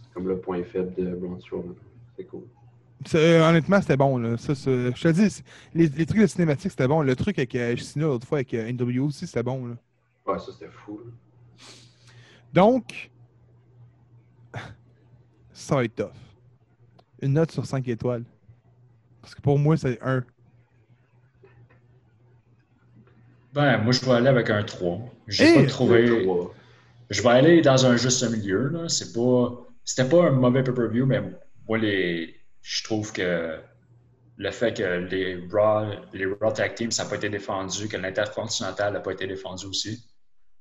Speaker 4: C'est comme le point faible de Braun Strowman. C'est cool.
Speaker 2: C'est- euh, honnêtement, c'était bon. Là. Ça, ça- je te dis, c'est- les, les trucs de cinématique, c'était bon. Le truc avec euh, Cena l'autre fois, avec euh, NWO aussi, c'était bon. Là.
Speaker 4: Ouais, ça c'était fou. là.
Speaker 2: Donc, ça va être tough. Une note sur 5 étoiles. Parce que pour moi, c'est 1.
Speaker 3: Ben, moi, je vais aller avec un 3. J'ai
Speaker 2: Hey!
Speaker 3: pas trouvé.
Speaker 4: Trois.
Speaker 3: Je vais aller dans un juste milieu. Là. C'est pas... C'était pas un mauvais pay-per-view, mais moi, les... je trouve que le fait que les Raw, les Raw Tag Teams, ça n'a pas été défendu, que l'Intercontinental n'a pas été défendu aussi.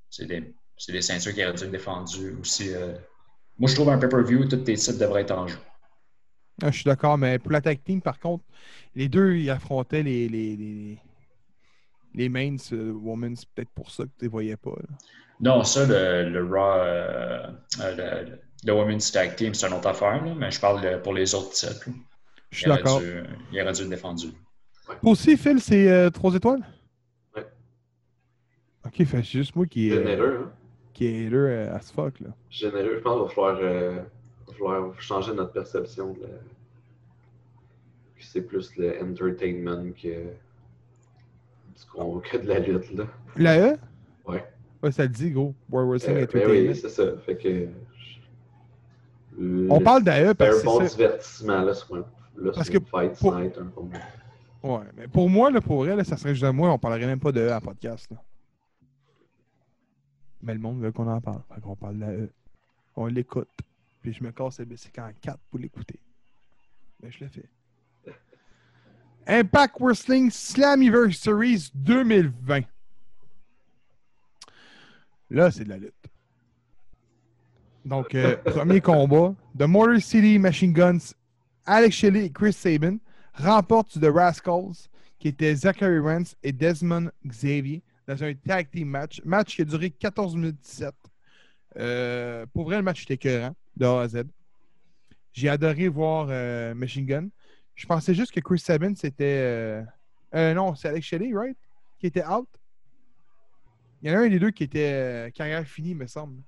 Speaker 3: C'est des... c'est des ceintures qui auraient dû être défendues aussi. euh. Moi, je trouve un pay-per-view, tous tes titres devraient être en jeu.
Speaker 2: Ah, je suis d'accord, mais pour la tag team, par contre, les deux, ils affrontaient les, les, les, les mains euh, women. C'est peut-être pour ça que tu les voyais pas. là.
Speaker 3: Non, ça, le, le Raw, euh, euh, le, le Women's Tag Team, c'est une autre affaire, là, mais je parle euh, pour les autres titres. là.
Speaker 2: Je suis
Speaker 3: Il aurait
Speaker 2: d'accord.
Speaker 3: dû- Il aurait dû être défendu.
Speaker 2: Toi aussi, Phil, c'est 3 étoiles?
Speaker 4: Ouais.
Speaker 2: Ok, fait que c'est juste moi qui est
Speaker 4: Généreux, hein?
Speaker 2: qui est hater, euh, as fuck. Là.
Speaker 4: Généreux, je pense qu'il va falloir, euh, va falloir changer notre perception. De la- que C'est plus le entertainment que, du con- que de la lutte. Là.
Speaker 2: La E?
Speaker 4: Ouais.
Speaker 2: Ouais, ça le dit, gros. World Wrestling
Speaker 4: Euh, ben
Speaker 2: Entertainment.
Speaker 4: oui, c'est ça. Fait que, je-
Speaker 2: On parle d'AE
Speaker 4: C'est
Speaker 2: parce que
Speaker 4: un
Speaker 2: c'est
Speaker 4: bon
Speaker 2: ça.
Speaker 4: divertissement là, sur un, là,
Speaker 2: Parce
Speaker 4: sur
Speaker 2: que
Speaker 4: une fight,
Speaker 2: pour-
Speaker 4: ça être un combat.
Speaker 2: Ouais, mais pour moi, là, pour vrai, là, ça serait juste à moi, on parlerait même pas de E en podcast. là. Mais le monde veut qu'on en parle. Fait qu'on parle de la E. On l'écoute. Puis je me casse le bicycle en 4 pour l'écouter. Mais je le fais. Impact Wrestling Slammiversaries 2020. Là, c'est de la lutte. Donc, euh, premier combat. The Motor City Machine Guns, Alex Shelley et Chris Sabin remportent The Rascals, qui étaient Zachary Rance et Desmond Xavier, dans un tag team match. Match qui a duré 14 minutes 17. Euh, pour vrai, le match était écœurant, de A à Z. J'ai adoré voir euh, Machine Gun. Je pensais juste que Chris Sabin, c'était. euh, euh, non, c'est Alex Shelley, right? Qui était out. Il y en a un des deux qui était euh, carrière finie, me semble.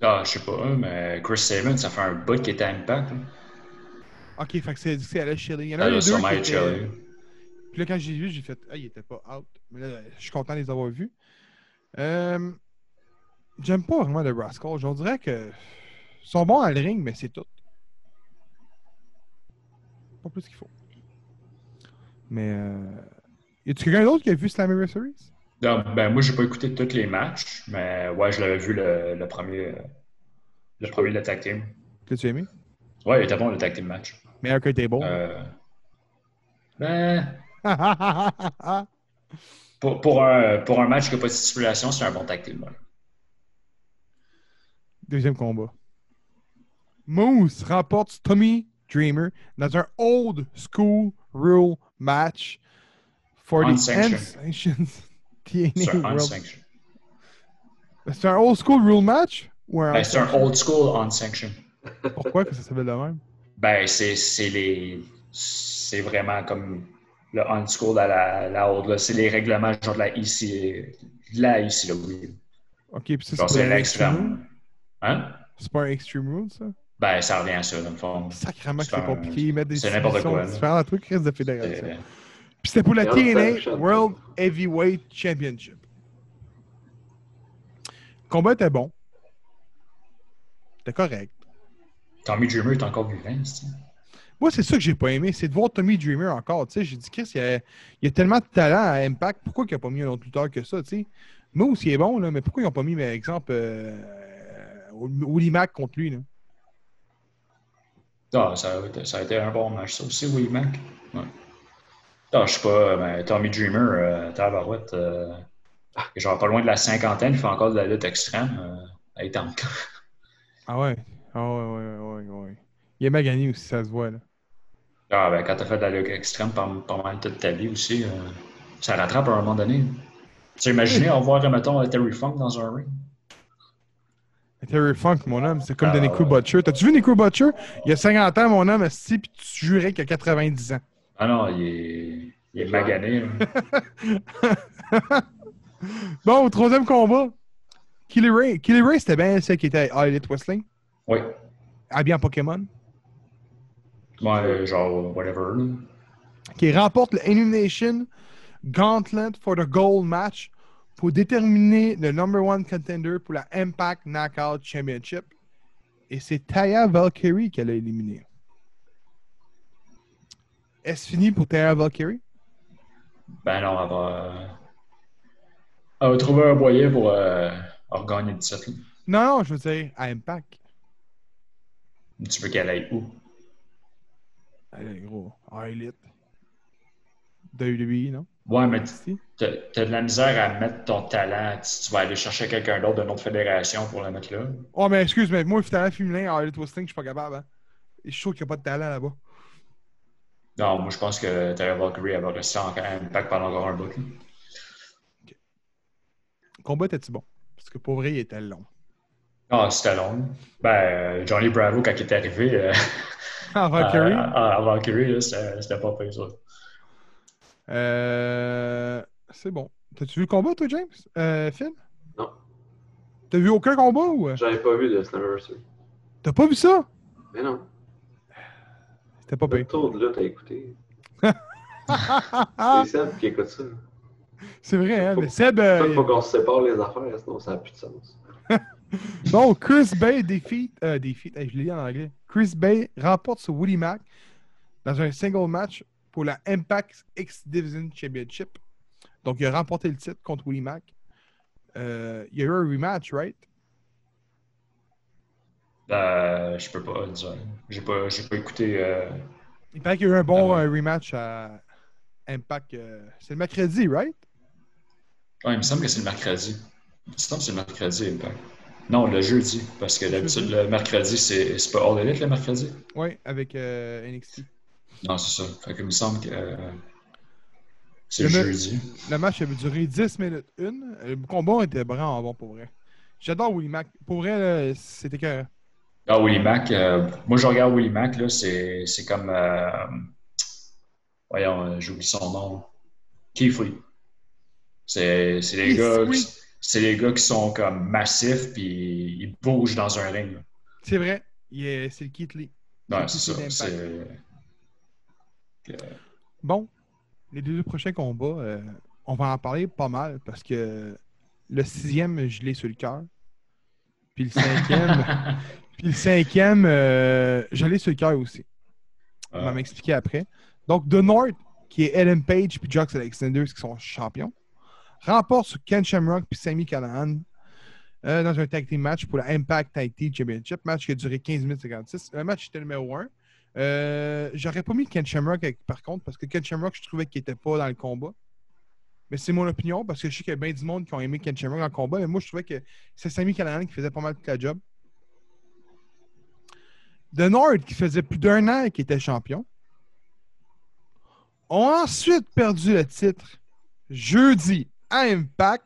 Speaker 3: Ah, je sais pas, mais Chris Saban, ça fait un bout qu'il était à Impact. là.
Speaker 2: Ok, fait que c'est c'est Alex Shelley. Il y en a
Speaker 3: Ah,
Speaker 2: un
Speaker 3: là,
Speaker 2: des deux
Speaker 3: sûrement
Speaker 2: qui
Speaker 3: être
Speaker 2: était...
Speaker 3: Shelley.
Speaker 2: Puis Puis là, quand j'ai vu, j'ai fait, ah, il était pas out. Mais là, je suis content de les avoir vus. Euh, J'aime pas vraiment le Rascal. On dirait que ils sont bons à le ring, mais c'est tout. Pas plus qu'il faut. Mais euh... y a-tu quelqu'un d'autre qui a vu Slammiversary?
Speaker 3: Non, ben, moi, j'ai pas écouté tous les matchs, mais ouais, je l'avais vu le, le premier. euh, Le premier, le tag team.
Speaker 2: Que tu as aimé?
Speaker 3: Ouais, il était bon le tag team match.
Speaker 2: Meilleur que Table.
Speaker 3: Euh, ben, pour, pour un, pour un match qui n'a pas de stipulation, c'est un bon tag team. ouais.
Speaker 2: Deuxième combat. Moose remporte Tommy Dreamer dans un old school rule match for the
Speaker 3: Unsanctioned.
Speaker 2: Unsanctioned TNA
Speaker 3: C'est un
Speaker 2: World.
Speaker 3: unsanctioned.
Speaker 2: C'est un old school rule match? Ou un
Speaker 3: Ben, c'est un old school unsanctioned.
Speaker 2: Pourquoi que ça s'appelle de même?
Speaker 3: Ben, c'est c'est les. C'est vraiment comme le old school à la, la haute, là. C'est les règlements genre de la IC. De la IC, là, oui.
Speaker 2: Ok, puis ça, c'est
Speaker 3: Genre,
Speaker 2: pas
Speaker 3: c'est
Speaker 2: un Extreme Rule?
Speaker 3: l'extrême. Hein?
Speaker 2: C'est pas un Extreme Rule, ça?
Speaker 3: Ben, ça revient à ça, dans le fond.
Speaker 2: Sacrement que
Speaker 3: C'est
Speaker 2: c'est
Speaker 3: un-
Speaker 2: compliqué. Ils mettent des
Speaker 3: c'est n'importe
Speaker 2: situations
Speaker 3: quoi, là.
Speaker 2: différentes. Un truc risque de fédération.
Speaker 3: Euh,
Speaker 2: Puis c'était pour la
Speaker 4: Et
Speaker 2: TNA
Speaker 4: Unsanctioned.
Speaker 2: World Heavyweight Championship. Le combat était bon. C'était correct.
Speaker 3: Tommy Dreamer est encore vivant, c'est
Speaker 2: Moi, c'est ça que j'ai pas aimé, c'est de voir Tommy Dreamer encore. Tu sais, j'ai dit, Chris, il y a, il y a tellement de talent à Impact, pourquoi il a pas mis un autre lutteur que ça, tu sais? Moose, il est bon, là, mais pourquoi ils n'ont pas mis, par exemple, euh, Willie Mack contre lui, là?
Speaker 3: Non, Ah, ça, a été- ça a été un bon match, ça aussi, oui, Mac. Ouais. Non, je sais pas, mais Tommy Dreamer, euh, tabarouette, euh, genre pas loin de la cinquantaine, il fait encore de la lutte extrême. Euh, elle est en-
Speaker 2: Ah ouais? Ah ouais, ouais, ouais, ouais, ouais. Il est magané aussi, ça se voit, là.
Speaker 3: Ah, ben, quand t'as fait de la lutte extrême pendant pas mal toute ta vie aussi, euh, ça rattrape à un moment donné. Tu imaginé en voir, mettons, euh, Terry Funk dans un ring?
Speaker 2: Terry Funk, mon homme, c'est comme
Speaker 3: Ah,
Speaker 2: de Nico
Speaker 3: ouais.
Speaker 2: Butcher. T'as-tu vu Nico Butcher? Il a 50 ans, mon homme, si, puis tu jurais qu'il a 90 ans.
Speaker 3: Ah non, il est, il est magané. là.
Speaker 2: Bon, au troisième combat. Killy Ray. Killy Ray, c'était bien celle qui était à Elite Wrestling,
Speaker 3: Oui,
Speaker 2: habillée en Pokémon.
Speaker 3: Ouais, euh, genre, whatever. là.
Speaker 2: qui remporte le Illumination Gauntlet for the Gold Match pour déterminer le number one contender pour la Impact Knockout Championship. Et c'est Taya Valkyrie qu'elle a éliminée. Est-ce fini pour Taya Valkyrie?
Speaker 3: Ben non, elle va. Elle va trouver un moyen pour euh, regagner le titre. là.
Speaker 2: Non, non, je veux dire à Impact.
Speaker 3: Tu veux qu'elle aille où?
Speaker 2: Elle est gros. en Elite. WWE, E, non?
Speaker 3: Ouais, mais t-
Speaker 2: Si.
Speaker 3: t'as t'as de la misère à mettre ton talent. Si tu vas aller chercher quelqu'un d'autre d'une autre fédération pour le mettre là.
Speaker 2: Oh, mais excuse, mais moi, le talent féminin en Elite Wrestling, je suis pas capable. Hein? Je suis sûr qu'il n'y a pas de talent là-bas.
Speaker 3: Non, moi je pense que Terry Valkyrie elle va rester en impact pendant encore un bout. là.
Speaker 2: Le combat était-tu bon? Parce que pour vrai, il était long.
Speaker 3: Ah, c'était long. Ben, euh, Johnny Bravo, quand il est arrivé euh,
Speaker 2: Ah,
Speaker 3: à,
Speaker 2: Valkyrie?
Speaker 3: à- à Valkyrie, là, c'était c'était pas pire ça.
Speaker 2: Euh, c'est bon. T'as-tu vu le combat, toi, James? Euh, Phil?
Speaker 4: Non.
Speaker 2: T'as vu aucun combat ou. euh,
Speaker 4: J'avais pas vu de Slammiversary.
Speaker 2: T'as pas vu ça?
Speaker 4: Mais non.
Speaker 2: C'était pas
Speaker 4: Le
Speaker 2: pire.
Speaker 4: tour de lutte à écouter. C'est Seb qui écoute ça.
Speaker 2: c'est vrai, hein? Mais Seb. euh,
Speaker 4: Il faut qu'on se sépare les affaires, sinon ça n'a plus de sens.
Speaker 2: bon, Chris Bay défie. Euh, défie. hey, je l'ai dit en anglais. Chris Bay remporte sur Willie Mack dans un single match pour la Impact X Division Championship. Donc, il a remporté le titre contre Willie Mack. Euh, il y a eu un rematch, right?
Speaker 3: Euh, je peux pas le dire. J'ai pas, j'ai pas écouté. euh,
Speaker 2: Il paraît qu'il y a eu un bon
Speaker 3: Ah ouais.
Speaker 2: euh, rematch à Impact. euh, c'est le mercredi, right?
Speaker 3: Ouais, il me semble que c'est le mercredi. Il me semble que c'est le mercredi, Impact. Non, le jeudi, parce que d'habitude, le mercredi, c'est c'est pas All Elite le mercredi.
Speaker 2: Oui, avec euh, NXT.
Speaker 3: Non, c'est ça. Fait que il me semble que euh, c'est
Speaker 2: Le
Speaker 3: le
Speaker 2: mer-
Speaker 3: jeudi.
Speaker 2: Le match avait duré 10 minutes une. Le combat était vraiment bon pour vrai. J'adore Willie Mack. Pour vrai, là, c'était que.
Speaker 3: Ah, Willy Mac, moi je regarde Willy Mac, là, c'est c'est comme. euh, voyons, euh, j'oublie son nom. Keith Lee. C'est c'est les,
Speaker 2: Keith
Speaker 3: gars qui-
Speaker 2: Lee.
Speaker 3: c'est les gars qui sont comme massifs, puis ils bougent dans un ring. là.
Speaker 2: C'est vrai. il est- C'est le Keith Lee.
Speaker 3: Non,
Speaker 2: C'est
Speaker 3: c'est ça.
Speaker 2: Keith Lee
Speaker 3: c'est-
Speaker 2: Bon. les deux prochains combats, euh, on va en parler pas mal parce que le sixième, je l'ai sur le cœur. Puis le cinquième, puis le cinquième, euh, je l'ai sur le cœur aussi. On va
Speaker 3: Ah.
Speaker 2: m'expliquer après. Donc, The North, qui est Ellen Page puis Jax Alexander, qui sont champions, remporte sur Ken Shamrock puis Sammy Callahan euh, dans un tag team match pour la Impact Tag Team Championship, match qui a duré 15 minutes 56. Le match était numéro 1. J'aurais pas mis Ken Shamrock avec- par contre, parce que Ken Shamrock, je trouvais qu'il était pas dans le combat. Mais c'est mon opinion, parce que je sais qu'il y a bien du monde qui ont aimé Ken Shamrock dans le combat, mais moi, je trouvais que c'est Sammy Callahan qui faisait pas mal toute la job. The North, qui faisait plus d'un an et qui était champion, ont ensuite perdu le titre jeudi à Impact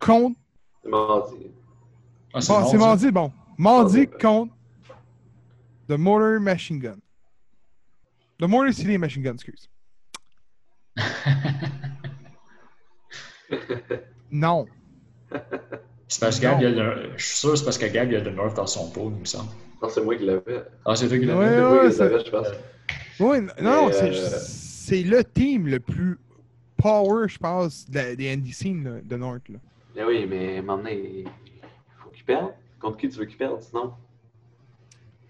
Speaker 2: contre.
Speaker 4: C'est mardi.
Speaker 3: Ah,
Speaker 2: Bon,
Speaker 3: bon,
Speaker 2: c'est
Speaker 3: ça.
Speaker 2: mardi, bon. Mardi
Speaker 4: Mardi, ouais.
Speaker 2: contre The Motor Machine Gun. The Motor City Machine Gun, excuse. non.
Speaker 3: C'est parce que Gab,
Speaker 2: Non.
Speaker 3: il y a le- je suis sûr que c'est parce que Gab, il y a le North dans son pot, il me semble.
Speaker 4: Non, c'est moi qui l'avais.
Speaker 3: Ah, c'est toi qui l'as
Speaker 2: Ouais,
Speaker 4: C'est
Speaker 3: fait?
Speaker 4: moi
Speaker 2: ouais,
Speaker 4: qui
Speaker 2: ça-
Speaker 4: l'avais, je pense.
Speaker 2: Oui, non, non,
Speaker 4: Mais,
Speaker 2: c'est-
Speaker 4: euh,
Speaker 2: c'est le team le plus power, je pense, de la- des NDC là, de North. là.
Speaker 4: Mais oui, mais maintenant, il faut qu'il perde. Contre qui tu veux qu'il perde, sinon?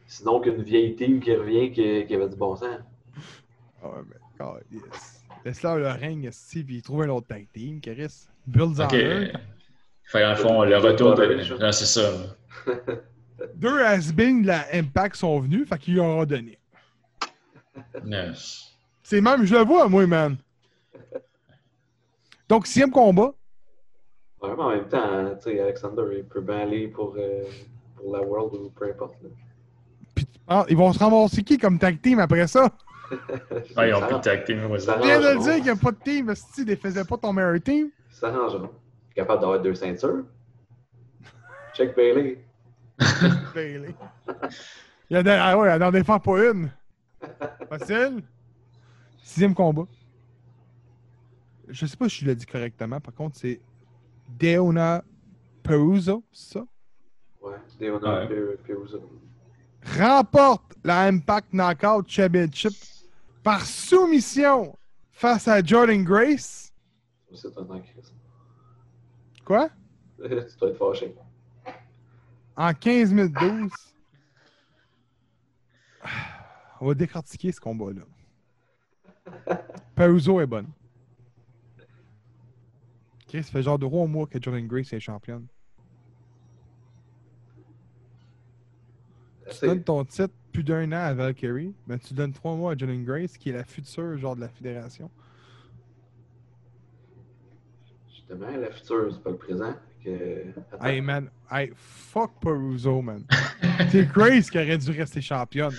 Speaker 4: Sinon qu'une vieille team qui revient qui, qui avait du bon sens.
Speaker 2: Ah ouais, mais God, yes. Laisse-leur le règne, si, puis ils trouvent un autre tag team, Chris. Builds en
Speaker 3: Ok.
Speaker 2: un.
Speaker 3: Fait dans le fond, le retour de. Non, c'est ça.
Speaker 2: Deux has-beens de la Impact sont venus, fait qu'ils leur ont donné.
Speaker 3: Non.
Speaker 2: C'est même, je le vois, moi, man. Donc, sixième combat.
Speaker 4: Ouais, mais en même temps, hein, tu sais, Alexander, il peut bien aller pour, euh, pour la World ou peu importe. là.
Speaker 2: Puis, tu penses- Ah, ils vont se rembourser qui comme tag team après ça?
Speaker 3: Ah, ils ont
Speaker 4: Ça
Speaker 3: plus de
Speaker 4: va.
Speaker 3: tag team, ouais,
Speaker 4: Ça
Speaker 3: ça.
Speaker 4: va.
Speaker 2: Viens de
Speaker 4: Ah,
Speaker 2: le
Speaker 4: bon.
Speaker 2: dire qu'il n'y a pas de team, si tu ne faisais pas ton meilleur team.
Speaker 4: Ça s'arrangeront. Capable d'avoir deux ceintures. Check Bailey.
Speaker 2: Bailey. Il y a des- ah ouais, elle n'en défend pas une. Facile. Sixième combat. Je sais pas si je l'ai dit correctement, par contre, c'est Deona Peruso, c'est ça?
Speaker 4: Ouais, Deona
Speaker 3: Ouais.
Speaker 4: Pir- Piruzzo.
Speaker 2: Remporte la Impact Knockout Championship par soumission face à Jordan Grace.
Speaker 4: C'est un Chris.
Speaker 2: Quoi?
Speaker 4: tu dois être fâché.
Speaker 2: En 15 minutes 12. Ah, On va décortiquer ce combat-là. Peruso est bonne. Chris, ça fait genre de trois mois que Jordan Grace est championne. Tu donnes
Speaker 4: C'est
Speaker 2: ton titre plus d'un an à Valkyrie, mais tu donnes trois mois à Jordan Grace, qui est la future genre de la fédération.
Speaker 4: justement la future, c'est pas le présent. Que... Attends.
Speaker 2: Hey man, hey, fuck Peruso, man. C'est Grace qui aurait dû rester championne.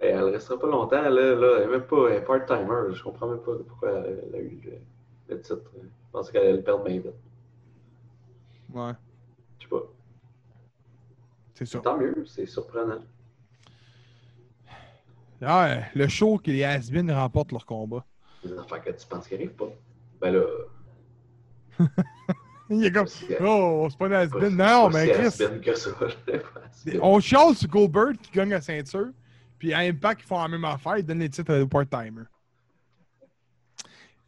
Speaker 4: Hey, elle restera pas longtemps, là, là. Elle est même pas elle est part-timer. Je comprends même pas pourquoi elle, elle a eu le, le titre. Je pensais qu'elle allait le perdre bien vite.
Speaker 2: Ouais,
Speaker 4: Je sais pas.
Speaker 2: c'est ça.
Speaker 4: Tant mieux, c'est surprenant.
Speaker 2: Ouais, le show que les Asbin remportent leur combat.
Speaker 4: Des affaires que tu penses qui arrivent pas. Ben là,
Speaker 2: Il est comme,
Speaker 4: C'est-
Speaker 2: oh, c'est pas une
Speaker 4: pas-
Speaker 2: has-been. Non,
Speaker 4: pas
Speaker 2: mais
Speaker 4: si
Speaker 2: Chris,
Speaker 4: has-been que ça. là, pas has-been.
Speaker 2: on chiale sur Goldberg qui gagne la ceinture, puis à Impact, ils font la même affaire, ils donnent les titres aux part-timers.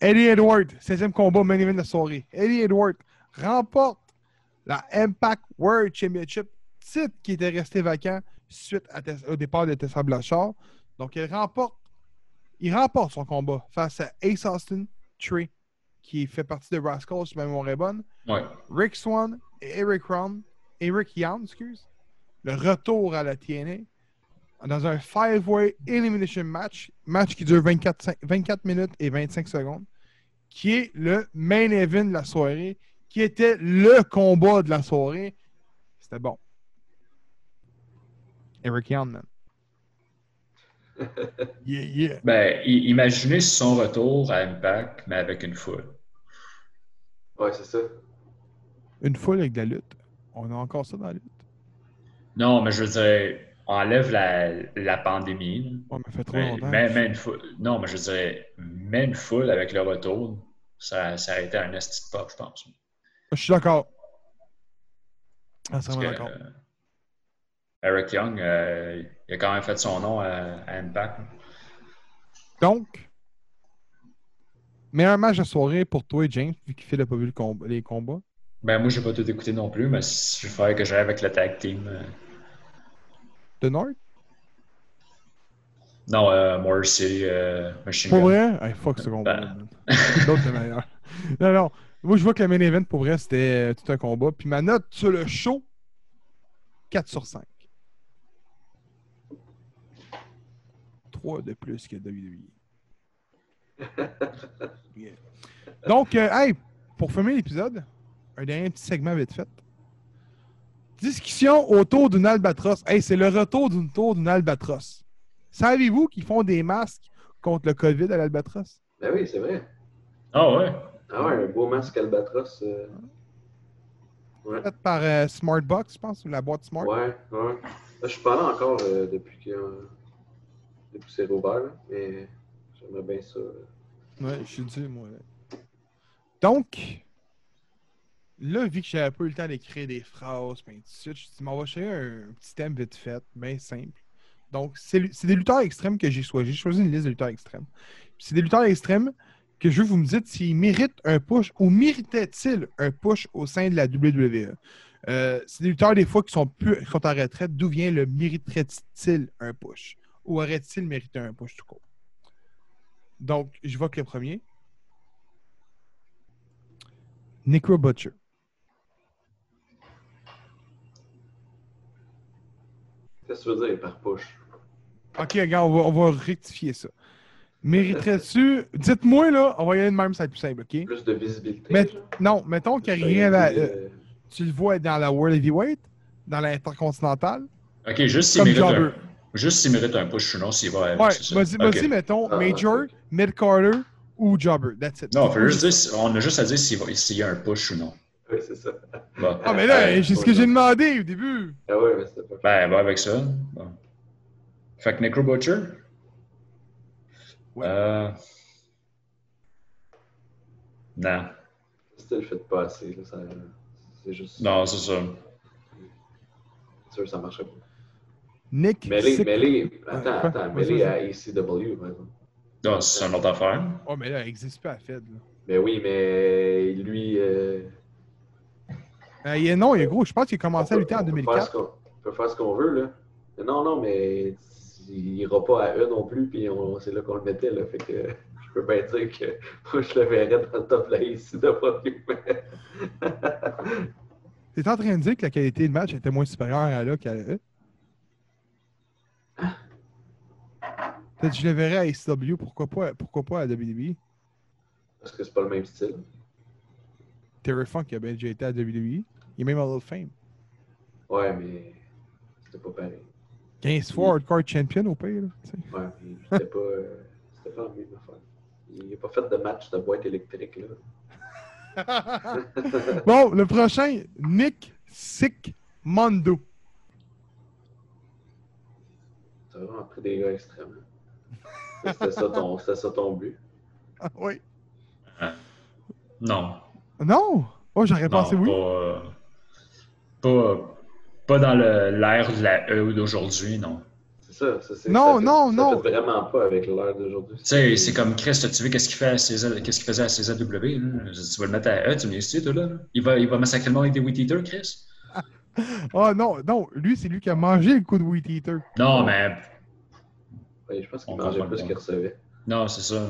Speaker 2: Eddie Edward, 16e combat, main event de la soirée. Eddie Edward remporte la Impact World Championship, titre qui était resté vacant suite à Tess- au départ de Tessa Blanchard. Donc, il remporte, il remporte son combat face à Ace Austin Trey, qui fait partie de Rascals, si ma mémoire est bonne.
Speaker 3: Ouais.
Speaker 2: Rick Swan et Eric Ron, Eric Young, excuse, le retour à la TNA dans un five-way elimination match, match qui dure 24, cin- 24 minutes et 25 secondes, qui est le main event de la soirée, qui était le combat de la soirée. C'était bon. Eric Young, man. Yeah, yeah.
Speaker 3: Ben, i- imaginez son retour à Impact, mais avec une foule.
Speaker 4: Ouais, c'est ça.
Speaker 2: Une foule avec de la lutte. On a encore ça dans la lutte.
Speaker 3: Non, mais je veux dire, enlève la, la pandémie. là.
Speaker 2: On m'a fait trop
Speaker 3: Mais,
Speaker 2: longtemps.
Speaker 3: mais- mais une foule. Non, mais je veux dire, mais une foule avec le retour, ça, ça a été un esti de pop, je pense.
Speaker 2: Je suis d'accord. Ah, c'est
Speaker 3: Parce
Speaker 2: vraiment
Speaker 3: que,
Speaker 2: d'accord.
Speaker 3: euh, Eric Young, euh, il a quand même fait son nom à, à Impact.
Speaker 2: Donc, Meilleur match de soirée pour toi et James, vu que Phil n'a pas vu le com- les combats.
Speaker 3: Ben, moi, j'ai pas tout écouté non plus, mais si je ferais que j'aille avec le tag team. euh,
Speaker 2: De North?
Speaker 3: Non, euh, Morrissey, euh, Machine
Speaker 2: Pour
Speaker 3: Gun.
Speaker 2: vrai? Hey, fuck ce combat. man. L'autre le meilleur. Non, non. Moi, je vois que le main event, pour vrai, c'était euh, tout un combat. Puis ma note sur le show, 4 sur 5. 3 de plus que WWE. Yeah. Donc, euh, hey, pour fermer l'épisode, un dernier petit segment vite fait. Discussion autour d'une albatros. Hey, c'est le retour d'une tour d'une albatros. Savez-vous qu'ils font des masques contre le COVID à l'albatros?
Speaker 4: Ben oui, c'est vrai.
Speaker 3: Ah ouais.
Speaker 4: Ah ouais, un beau masque albatros. euh, Ouais,
Speaker 2: Fait par euh, Smartbox, je pense, ou la boîte Smart.
Speaker 4: ouais, ouais. Là, je suis pas là encore euh, depuis que euh, depuis que c'est rouvert, là, mais j'aimerais bien ça. euh.
Speaker 2: Ouais, je suis dû, moi. là. Donc, là, vu que j'avais un peu eu le temps d'écrire des phrases, ben, tout de suite, je me suis dit, M'en va chercher un petit thème vite fait, bien simple. Donc, c'est c'est des lutteurs extrêmes que j'ai choisi. J'ai choisi une liste de lutteurs extrêmes. Puis C'est des lutteurs extrêmes que je veux que vous me dites s'ils méritent un push ou méritaient-ils un push au sein de la WWE. Euh, c'est des lutteurs, des fois, qui sont, plus, qui sont en retraite. D'où vient le mériterait-il un push? Ou aurait-il mérité un push tout court? Donc, je vois que le premier. Necro Butcher.
Speaker 4: Qu'est-ce que tu veux dire par push?
Speaker 2: Ok, regarde, on va, on va rectifier ça. Mériterais-tu. Dites-moi, là, on va y aller de même, ça va être plus simple, ok?
Speaker 4: Plus de visibilité.
Speaker 2: Mais-
Speaker 4: genre?
Speaker 2: Non, mettons qu'il arrive à.
Speaker 4: Des,
Speaker 2: euh,
Speaker 4: euh,
Speaker 2: tu le vois dans la World Heavyweight, dans l'intercontinentale,
Speaker 3: Ok, juste s'il
Speaker 2: comme
Speaker 3: mérite,
Speaker 2: j'en
Speaker 3: un-
Speaker 2: veux.
Speaker 3: juste s'il mérite un push, sinon s'il va avec.
Speaker 2: Ouais,
Speaker 3: c'est ça.
Speaker 2: vas-y,
Speaker 3: Ok.
Speaker 2: vas-y, mettons
Speaker 4: Ah,
Speaker 2: Major,
Speaker 4: ok.
Speaker 2: Mid Carter ou Jobber. That's it.
Speaker 3: Non, on, peut juste dire si- on a juste à dire s'il va- s'il y a un push ou non.
Speaker 4: Oui, c'est ça.
Speaker 3: Bon.
Speaker 2: Ah, mais là,
Speaker 4: Ouais,
Speaker 2: c'est ce
Speaker 4: ouais,
Speaker 2: que j'ai
Speaker 4: ouais.
Speaker 2: demandé au début.
Speaker 4: Ah ouais, mais c'était pas
Speaker 3: Ben, va avec ça. Bon. Fait que Necro Butcher.
Speaker 2: Ouais.
Speaker 3: Euh... Non.
Speaker 4: C'était le fait de pas assez. Là, ça... C'est juste.
Speaker 3: Non, c'est ça.
Speaker 4: C'est sûr, ça marchait pas.
Speaker 2: Nick.
Speaker 4: Mêlé,
Speaker 2: Sick-
Speaker 4: mêlé.
Speaker 2: Ouais,
Speaker 4: Attends, attends.
Speaker 2: ouais,
Speaker 4: Mêlé
Speaker 2: c'est
Speaker 4: à ECW, par exemple.
Speaker 3: Non, c'est une autre affaire.
Speaker 2: Oh, mais là, elle n'existe pas à Fed. Là.
Speaker 4: Ben oui, mais lui. euh,
Speaker 2: Euh, il est- non, il est gros. Je pense qu'il a
Speaker 4: on
Speaker 2: commencé à
Speaker 4: peut-
Speaker 2: lutter en
Speaker 4: on peut
Speaker 2: 2004.
Speaker 4: faire ce qu'on- On peut faire ce qu'on veut, là. Mais non, non, mais il n'ira pas à eux non plus, puis on- c'est là qu'on le mettait, là. Fait que je peux bien dire que moi, je le verrais dans le top de la ECW.
Speaker 2: T'es en train de dire que la qualité de match était moins supérieure à là qu'à eux? Peut-être que je le verrais à SW, pourquoi pas, pourquoi pas à E? WWE?
Speaker 4: Parce que c'est pas le même style.
Speaker 2: Terry Funk a bien déjà été à WWE. Il est même à Hall of Fame.
Speaker 4: Ouais, mais c'était pas pareil.
Speaker 2: 15 fois Hardcore Champion au pays. Là, tu sais.
Speaker 4: Ouais, mais c'était pas. euh, C'était pas la même affaire. Il n'a pas fait de match de boîte électrique, là.
Speaker 2: bon, le prochain, Nick Sick Mondo.
Speaker 4: T'as vraiment pris des gars extrêmes. hein. C'était ça, ton- c'était ça ton but.
Speaker 2: Ah, oui.
Speaker 3: Non.
Speaker 2: Non! Oh, j'aurais
Speaker 3: Non,
Speaker 2: pensé oui.
Speaker 3: pas, euh, pas, pas dans le- l'ère de la E d'aujourd'hui, non.
Speaker 4: C'est ça, ça c'est.
Speaker 2: Non,
Speaker 4: ça fait-
Speaker 2: non,
Speaker 4: ça
Speaker 2: non.
Speaker 4: fait vraiment pas avec l'heure d'aujourd'hui.
Speaker 3: Tu sais, c'est comme Chris, tu veux qu'est-ce qu'il fait à CZ qu'est-ce qu'il faisait à CZW? là? Je dis, Tu vas le mettre à E, tu me dis, tu toi, là. Il va, il va massacrer le monde avec des Wheat Eaters, Chris?
Speaker 2: Ah non, non, lui, c'est lui qui a mangé le coup de Wheat Eater.
Speaker 3: Non, mais.
Speaker 4: Ouais, je pense qu'il
Speaker 3: On va
Speaker 4: mangeait
Speaker 3: pas le
Speaker 4: plus
Speaker 3: voir.
Speaker 4: qu'il recevait.
Speaker 3: Non, c'est ça.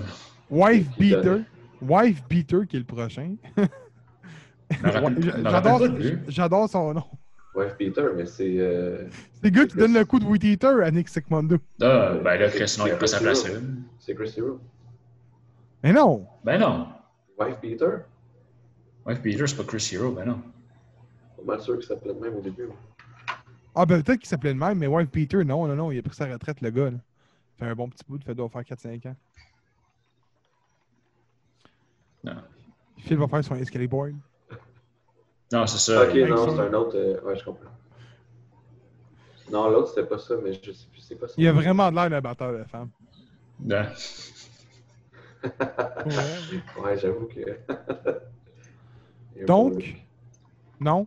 Speaker 2: Wife
Speaker 4: Qui
Speaker 2: Beater. Wife Beater qui est le prochain.
Speaker 3: Je me rappelle-
Speaker 2: Ouais,
Speaker 3: je me
Speaker 2: J'adore-
Speaker 3: rappelle plus.
Speaker 2: J'adore son nom.
Speaker 4: Ouais, Peter, mais c'est. euh,
Speaker 2: C'est le gars qui donne le coup de Wheat Eater à Nick Sigmundo.
Speaker 3: Ah, ben là, Chris, non, il peut pas sa place. là.
Speaker 4: c'est Chris Hero.
Speaker 2: Mais non!
Speaker 3: Ben non.
Speaker 4: Wife Peter?
Speaker 3: Ouais, Peter, c'est pas Chris Hero, ben non.
Speaker 4: Pas mal sûr que ça s'appelait de même au début. ouais.
Speaker 2: Ah ben peut-être qu'il s'appelait le même, mais Wife Peter, non, non, non, il a pris sa retraite, le gars. Là. Fait un bon petit bout, fait doit faire 4-5 ans.
Speaker 3: Non,
Speaker 2: Phil va faire son escalier board.
Speaker 3: non c'est ça.
Speaker 4: ok,
Speaker 2: avec
Speaker 4: non,
Speaker 2: ça.
Speaker 4: c'est un autre. euh, Ouais, je comprends. Non, l'autre, c'était pas ça, mais je sais plus c'est quoi ça.
Speaker 2: Il a vraiment de l'air d'un batteur de femme.
Speaker 3: Non.
Speaker 2: Pour vrai.
Speaker 4: Ouais, j'avoue que. Il y a un peu
Speaker 2: Donc,
Speaker 4: de-
Speaker 2: non.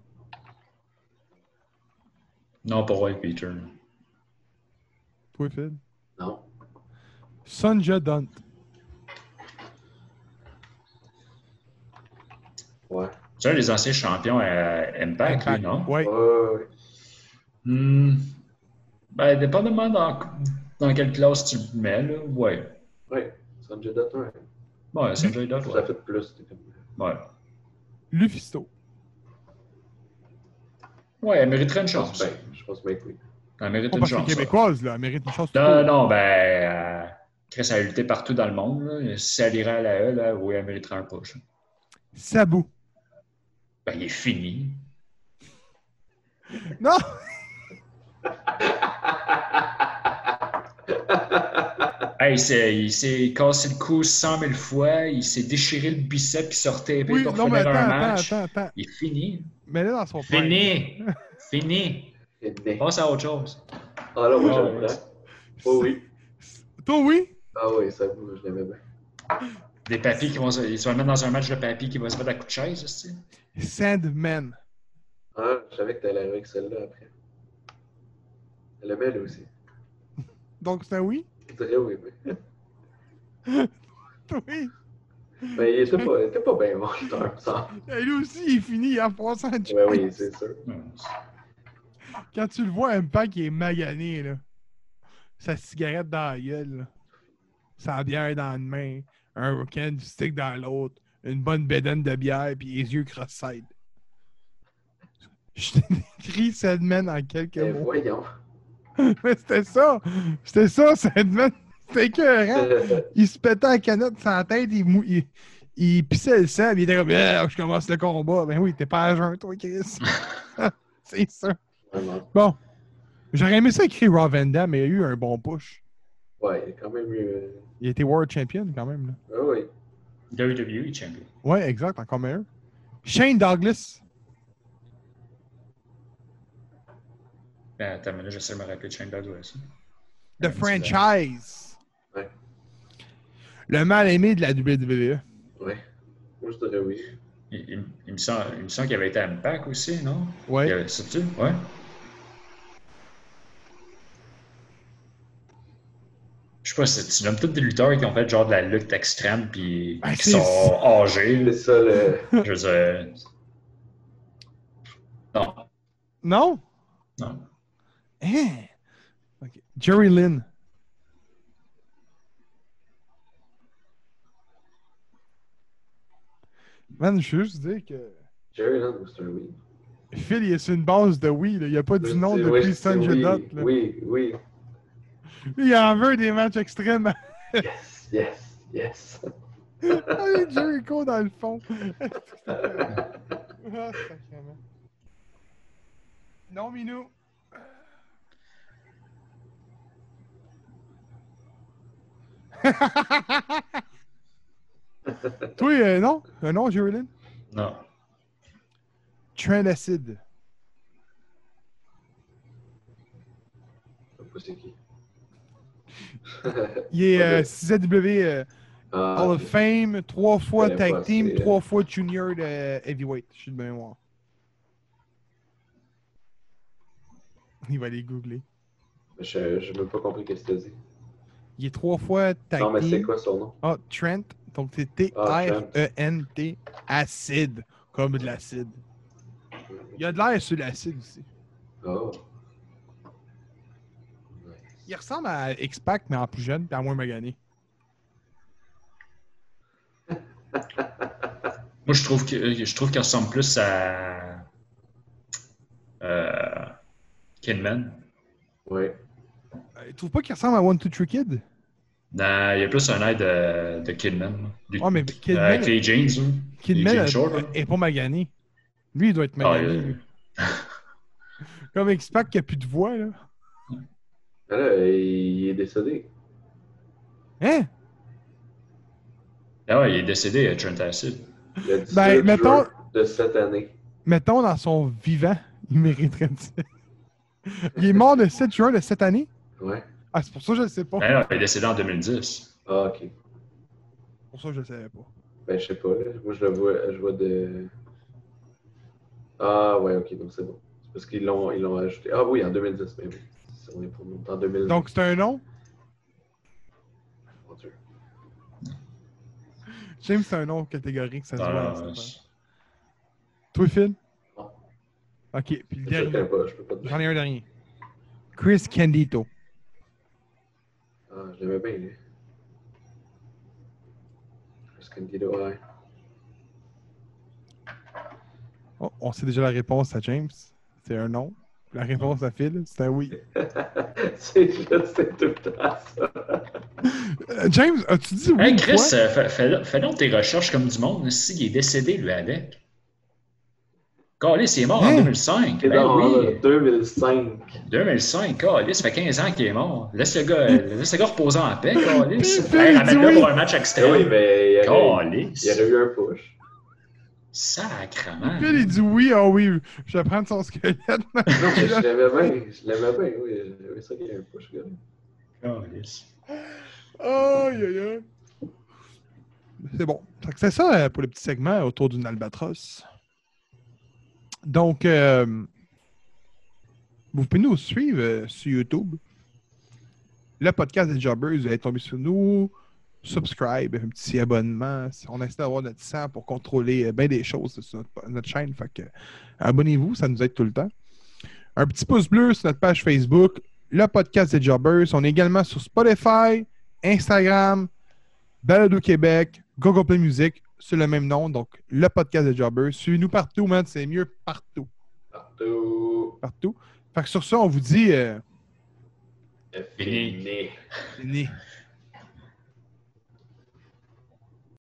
Speaker 3: Non, pas White Peter.
Speaker 2: Toi, Phil.
Speaker 4: Non.
Speaker 2: Sonja Dunt.
Speaker 4: Ouais.
Speaker 3: C'est un des anciens champions à Impact, lui,
Speaker 2: Impact.
Speaker 3: non?
Speaker 2: Ouais.
Speaker 4: Ouais.
Speaker 3: Hmm. Ben, dépendamment dans, dans quelle classe tu le mets, là, ouais.
Speaker 4: ouais. Sanjay Dutt, ouais.
Speaker 3: Ouais, c'est un Dutt,
Speaker 4: Ça
Speaker 3: ouais.
Speaker 4: fait plus. t'es comme-
Speaker 3: Ouais,
Speaker 2: Lufisto.
Speaker 3: ouais elle mériterait une
Speaker 4: Je pense
Speaker 3: chance.
Speaker 4: bien. Je pense bien que oui.
Speaker 3: Elle mérite
Speaker 2: On
Speaker 3: une
Speaker 2: pense que oh. c'est
Speaker 3: chance. ouais.
Speaker 2: québécoise, là. Elle mérite une chance. tout
Speaker 3: Non,
Speaker 2: court.
Speaker 3: non, ben, euh, Chris a lutté partout dans le monde. là. Si elle irait à la E, là, oui, elle mériterait un push.
Speaker 2: Sabu.
Speaker 3: Ben, il est fini.
Speaker 2: Non!
Speaker 3: Hey, c'est- il s'est cassé le cou 100 000 fois, il s'est déchiré le bicep, puis sortait épais
Speaker 2: Oui,
Speaker 3: pour
Speaker 2: non, mais
Speaker 3: finir
Speaker 2: attends,
Speaker 3: un
Speaker 2: attends,
Speaker 3: match.
Speaker 2: attends, attends.
Speaker 3: Il est fini.
Speaker 2: Mais là, dans son plan.
Speaker 3: Fini. fini.
Speaker 4: Et mais-
Speaker 3: Passe à autre chose.
Speaker 4: Ah là, oui,
Speaker 3: Ah,
Speaker 4: j'aime
Speaker 3: ouais.
Speaker 4: bien. Oh oui.
Speaker 2: Toi, oui?
Speaker 4: Ah oui, ça vous, je l'aimais bien.
Speaker 3: Des papis qui vont se, ils se mettre dans un match de papis qui va se mettre à coup de chaise. est-ce que c'est?
Speaker 2: Sandman.
Speaker 4: Ah, je savais que t'allais arriver avec celle-là après. Elle l'aimait, elle aussi.
Speaker 2: Donc, c'est un oui?
Speaker 4: Je dirais oui, mais.
Speaker 2: Oui.
Speaker 4: Mais il était pas, il était pas bien bon, je me semble.
Speaker 2: Et lui aussi, il finit en passant à
Speaker 4: Ouais, Ben oui, c'est sûr.
Speaker 3: Hum,
Speaker 2: Quand tu le vois, Impact, il est magané, là. Sa cigarette dans la gueule, là. Sa bière dans une main, un can du stick dans l'autre, une bonne bédaine de bière, puis les yeux cross-side. Je t'ai décrit Sandman en quelques
Speaker 4: Mais
Speaker 2: mots.
Speaker 4: Ben, voyons.
Speaker 2: Mais c'était ça! C'était ça, Sandman! C'était écœurant! Il se pétait la canette sur la tête, il, mou- il, il pissait le sang, puis il était comme Ah, Je commence le combat. Ben oui, t'es pas à jeun, toi, Chris. C'est ça.
Speaker 4: Vraiment.
Speaker 2: Bon. J'aurais aimé ça écrire Raw Van Damme, mais il a eu un bon push.
Speaker 4: Ouais, il est quand même eu. euh,
Speaker 2: Il était World Champion quand même. Là.
Speaker 4: Ah oui.
Speaker 3: WWE Champion.
Speaker 2: Ouais, exact, encore meilleur. Shane Douglas.
Speaker 3: Ben, attends, mais là, j'essaie de me rappeler de Shane Douglas.
Speaker 2: The
Speaker 3: Ouais,
Speaker 2: Franchise.
Speaker 4: Ouais.
Speaker 2: Le mal aimé de la E. WWE.
Speaker 4: Ouais. Moi, je dirais oui.
Speaker 3: Il, il- il me semble, il me semble qu'il avait été à Impact aussi, non?
Speaker 2: Ouais.
Speaker 3: Il avait- C'est-tu? Ouais. Je sais pas, c'est- tu nommes tous des lutteurs qui ont fait genre de la lutte extrême puis
Speaker 2: Ben,
Speaker 3: qui
Speaker 2: c'est-
Speaker 3: sont âgés.
Speaker 4: C'est
Speaker 3: là.
Speaker 4: ça le. euh,
Speaker 3: Je veux dire. Non,
Speaker 2: Non?
Speaker 3: non.
Speaker 2: Hein? Ok. Eh. Jerry Lynn. Man, je veux juste dire que
Speaker 4: Jerry Land, c'est un oui.
Speaker 2: Phil, il est sur une base de oui. Là. Il n'y a pas du nom
Speaker 4: C'est-
Speaker 2: depuis
Speaker 4: oui, c'est
Speaker 2: Sanjay
Speaker 4: oui,
Speaker 2: Dutt. là.
Speaker 4: Oui, oui.
Speaker 2: Il en veut des matchs extrêmes. Ah,
Speaker 4: Yes, yes, yes.
Speaker 2: Allez, Jericho dans le fond. Ah, sacrément. non, Minou. Toi, euh, non? Euh, non, Jerry Lynn?
Speaker 3: Non.
Speaker 2: Trent Acid.
Speaker 4: Je sais pas c'est qui.
Speaker 2: Il est euh,
Speaker 4: Ok.
Speaker 2: 6AW euh,
Speaker 4: Ah,
Speaker 2: Hall of Fame, trois fois
Speaker 4: connais
Speaker 2: tag
Speaker 4: pas,
Speaker 2: team,
Speaker 4: c'est, euh,
Speaker 2: trois fois junior de heavyweight. Je suis de bonne mémoire. Il va les googler.
Speaker 4: Je je n'ai même pas compris qu'est-ce que tu dit.
Speaker 2: Il est trois fois tag
Speaker 4: Non, mais c'est
Speaker 2: team.
Speaker 4: quoi son nom?
Speaker 2: Ah, Trent. Donc c'est
Speaker 4: Ah, Trent.
Speaker 2: T-R-E-N-T. Acide. Comme de l'acide. Il a de l'air sur l'acide aussi.
Speaker 4: Oh.
Speaker 2: Il ressemble à X-Pac, mais en plus jeune, puis en moins magané.
Speaker 3: Moi, je trouve que je trouve qu'il ressemble plus à. Euh, Kidman.
Speaker 4: Ouais.
Speaker 2: Euh, Tu trouves pas qu'il ressemble à One Two Three Kid?
Speaker 3: Non, il y a plus un air de, de Kidman. Du-
Speaker 2: Ouais, Ah, mais Kidman-
Speaker 3: Avec les jeans. hein.
Speaker 2: Kidman
Speaker 3: Les
Speaker 2: a-
Speaker 3: jeans shorts, hein.
Speaker 2: euh, est pas magané. Lui, il doit être
Speaker 3: Ah,
Speaker 2: magané. lui.
Speaker 3: euh,
Speaker 2: Comme X-Pac qui a plus de voix, là.
Speaker 4: Ah là, il est décédé.
Speaker 2: Hein?
Speaker 3: Ah ouais, il est décédé à Trent Acid.
Speaker 4: Le 19
Speaker 2: Ben,
Speaker 4: juin
Speaker 2: mettons-
Speaker 4: de cette année.
Speaker 2: Mettons dans son vivant, il mériterait de ça. Il est mort le 7 juin de cette année?
Speaker 4: Ouais.
Speaker 2: Ah, c'est pour ça que je le sais pas.
Speaker 3: Ah non, il est décédé en 2010.
Speaker 4: Ah, ok.
Speaker 2: C'est pour ça que je le savais pas.
Speaker 4: Ben, je sais pas. là. Moi, je le vois, je vois de. Ah, ouais, ok, donc c'est bon. C'est parce qu'ils l'ont ils l'ont ajouté. Ah oui, en 2010, mais oui. C'est- On est pour longtemps en 2010.
Speaker 2: Donc, c'est un nom.
Speaker 4: Mon Dieu.
Speaker 2: James, c'est un nom catégorique, ça se
Speaker 3: Ah
Speaker 2: voit.
Speaker 3: non,
Speaker 2: ça se voit. Toi, Phil?
Speaker 4: Non.
Speaker 2: Ok, puis le
Speaker 4: Je ne
Speaker 2: dernier.
Speaker 4: connais pas, je peux pas te dire.
Speaker 2: J'en ai un dernier. Chris Candito.
Speaker 4: Ah, je l'aimais bien, lui. Chris Candido, ouais.
Speaker 2: Oh, on sait déjà la réponse à James. C'est un non. La réponse à Phil, c'est un oui.
Speaker 4: c'est je sais tout le temps ça.
Speaker 2: Euh, James, as-tu dit oui?
Speaker 3: Hey,
Speaker 2: une
Speaker 3: Chris,
Speaker 2: fois?
Speaker 3: euh, fais, fais- fais donc tes recherches comme du monde. S'il est décédé, lui, avec. Calis, il est mort en
Speaker 2: Hein?
Speaker 3: 2005.
Speaker 4: Et
Speaker 3: Ben
Speaker 4: dans
Speaker 3: oui,
Speaker 4: 2005.
Speaker 3: 2005, Calis, ça fait 15 ans qu'il est mort. Laisse le gars, laisse le gars reposer en paix, Calis.
Speaker 2: Puis, il dit
Speaker 3: Ramène-le
Speaker 2: oui.
Speaker 3: pour un match
Speaker 4: Eh oui,
Speaker 3: extrême.
Speaker 4: mais il y aurait, il y
Speaker 3: Calis.
Speaker 4: aurait eu un push.
Speaker 3: Sacrement.
Speaker 2: Phil, il dit oui, ah oui, je vais prendre son squelette.
Speaker 4: Non, mais je l'aimais bien. Je l'aimais bien, oui. J'avais ça qu'il y a un push, gars.
Speaker 3: Calis.
Speaker 2: Aïe, aïe, aïe. C'est bon. Fait que C'est ça euh, pour le petit segment autour d'une albatros. Donc, euh, vous pouvez nous suivre euh, sur YouTube. Le podcast des Jobbers, vous allez tomber sur nous. Subscribe, un petit abonnement. On essaie d'avoir notre sang pour contrôler euh, bien des choses sur notre, notre chaîne. Fait que, euh, abonnez-vous, ça nous aide tout le temps. Un petit pouce bleu sur notre page Facebook. Le podcast des Jobbers. On est également sur Spotify, Instagram, Balado Québec, Google Play Music, c'est le même nom. Donc, le podcast de Jobbers. Suivez-nous partout, man. C'est mieux partout.
Speaker 4: Partout.
Speaker 2: Partout. Fait que sur ça, on vous dit. euh,
Speaker 4: Fini.
Speaker 2: Fini.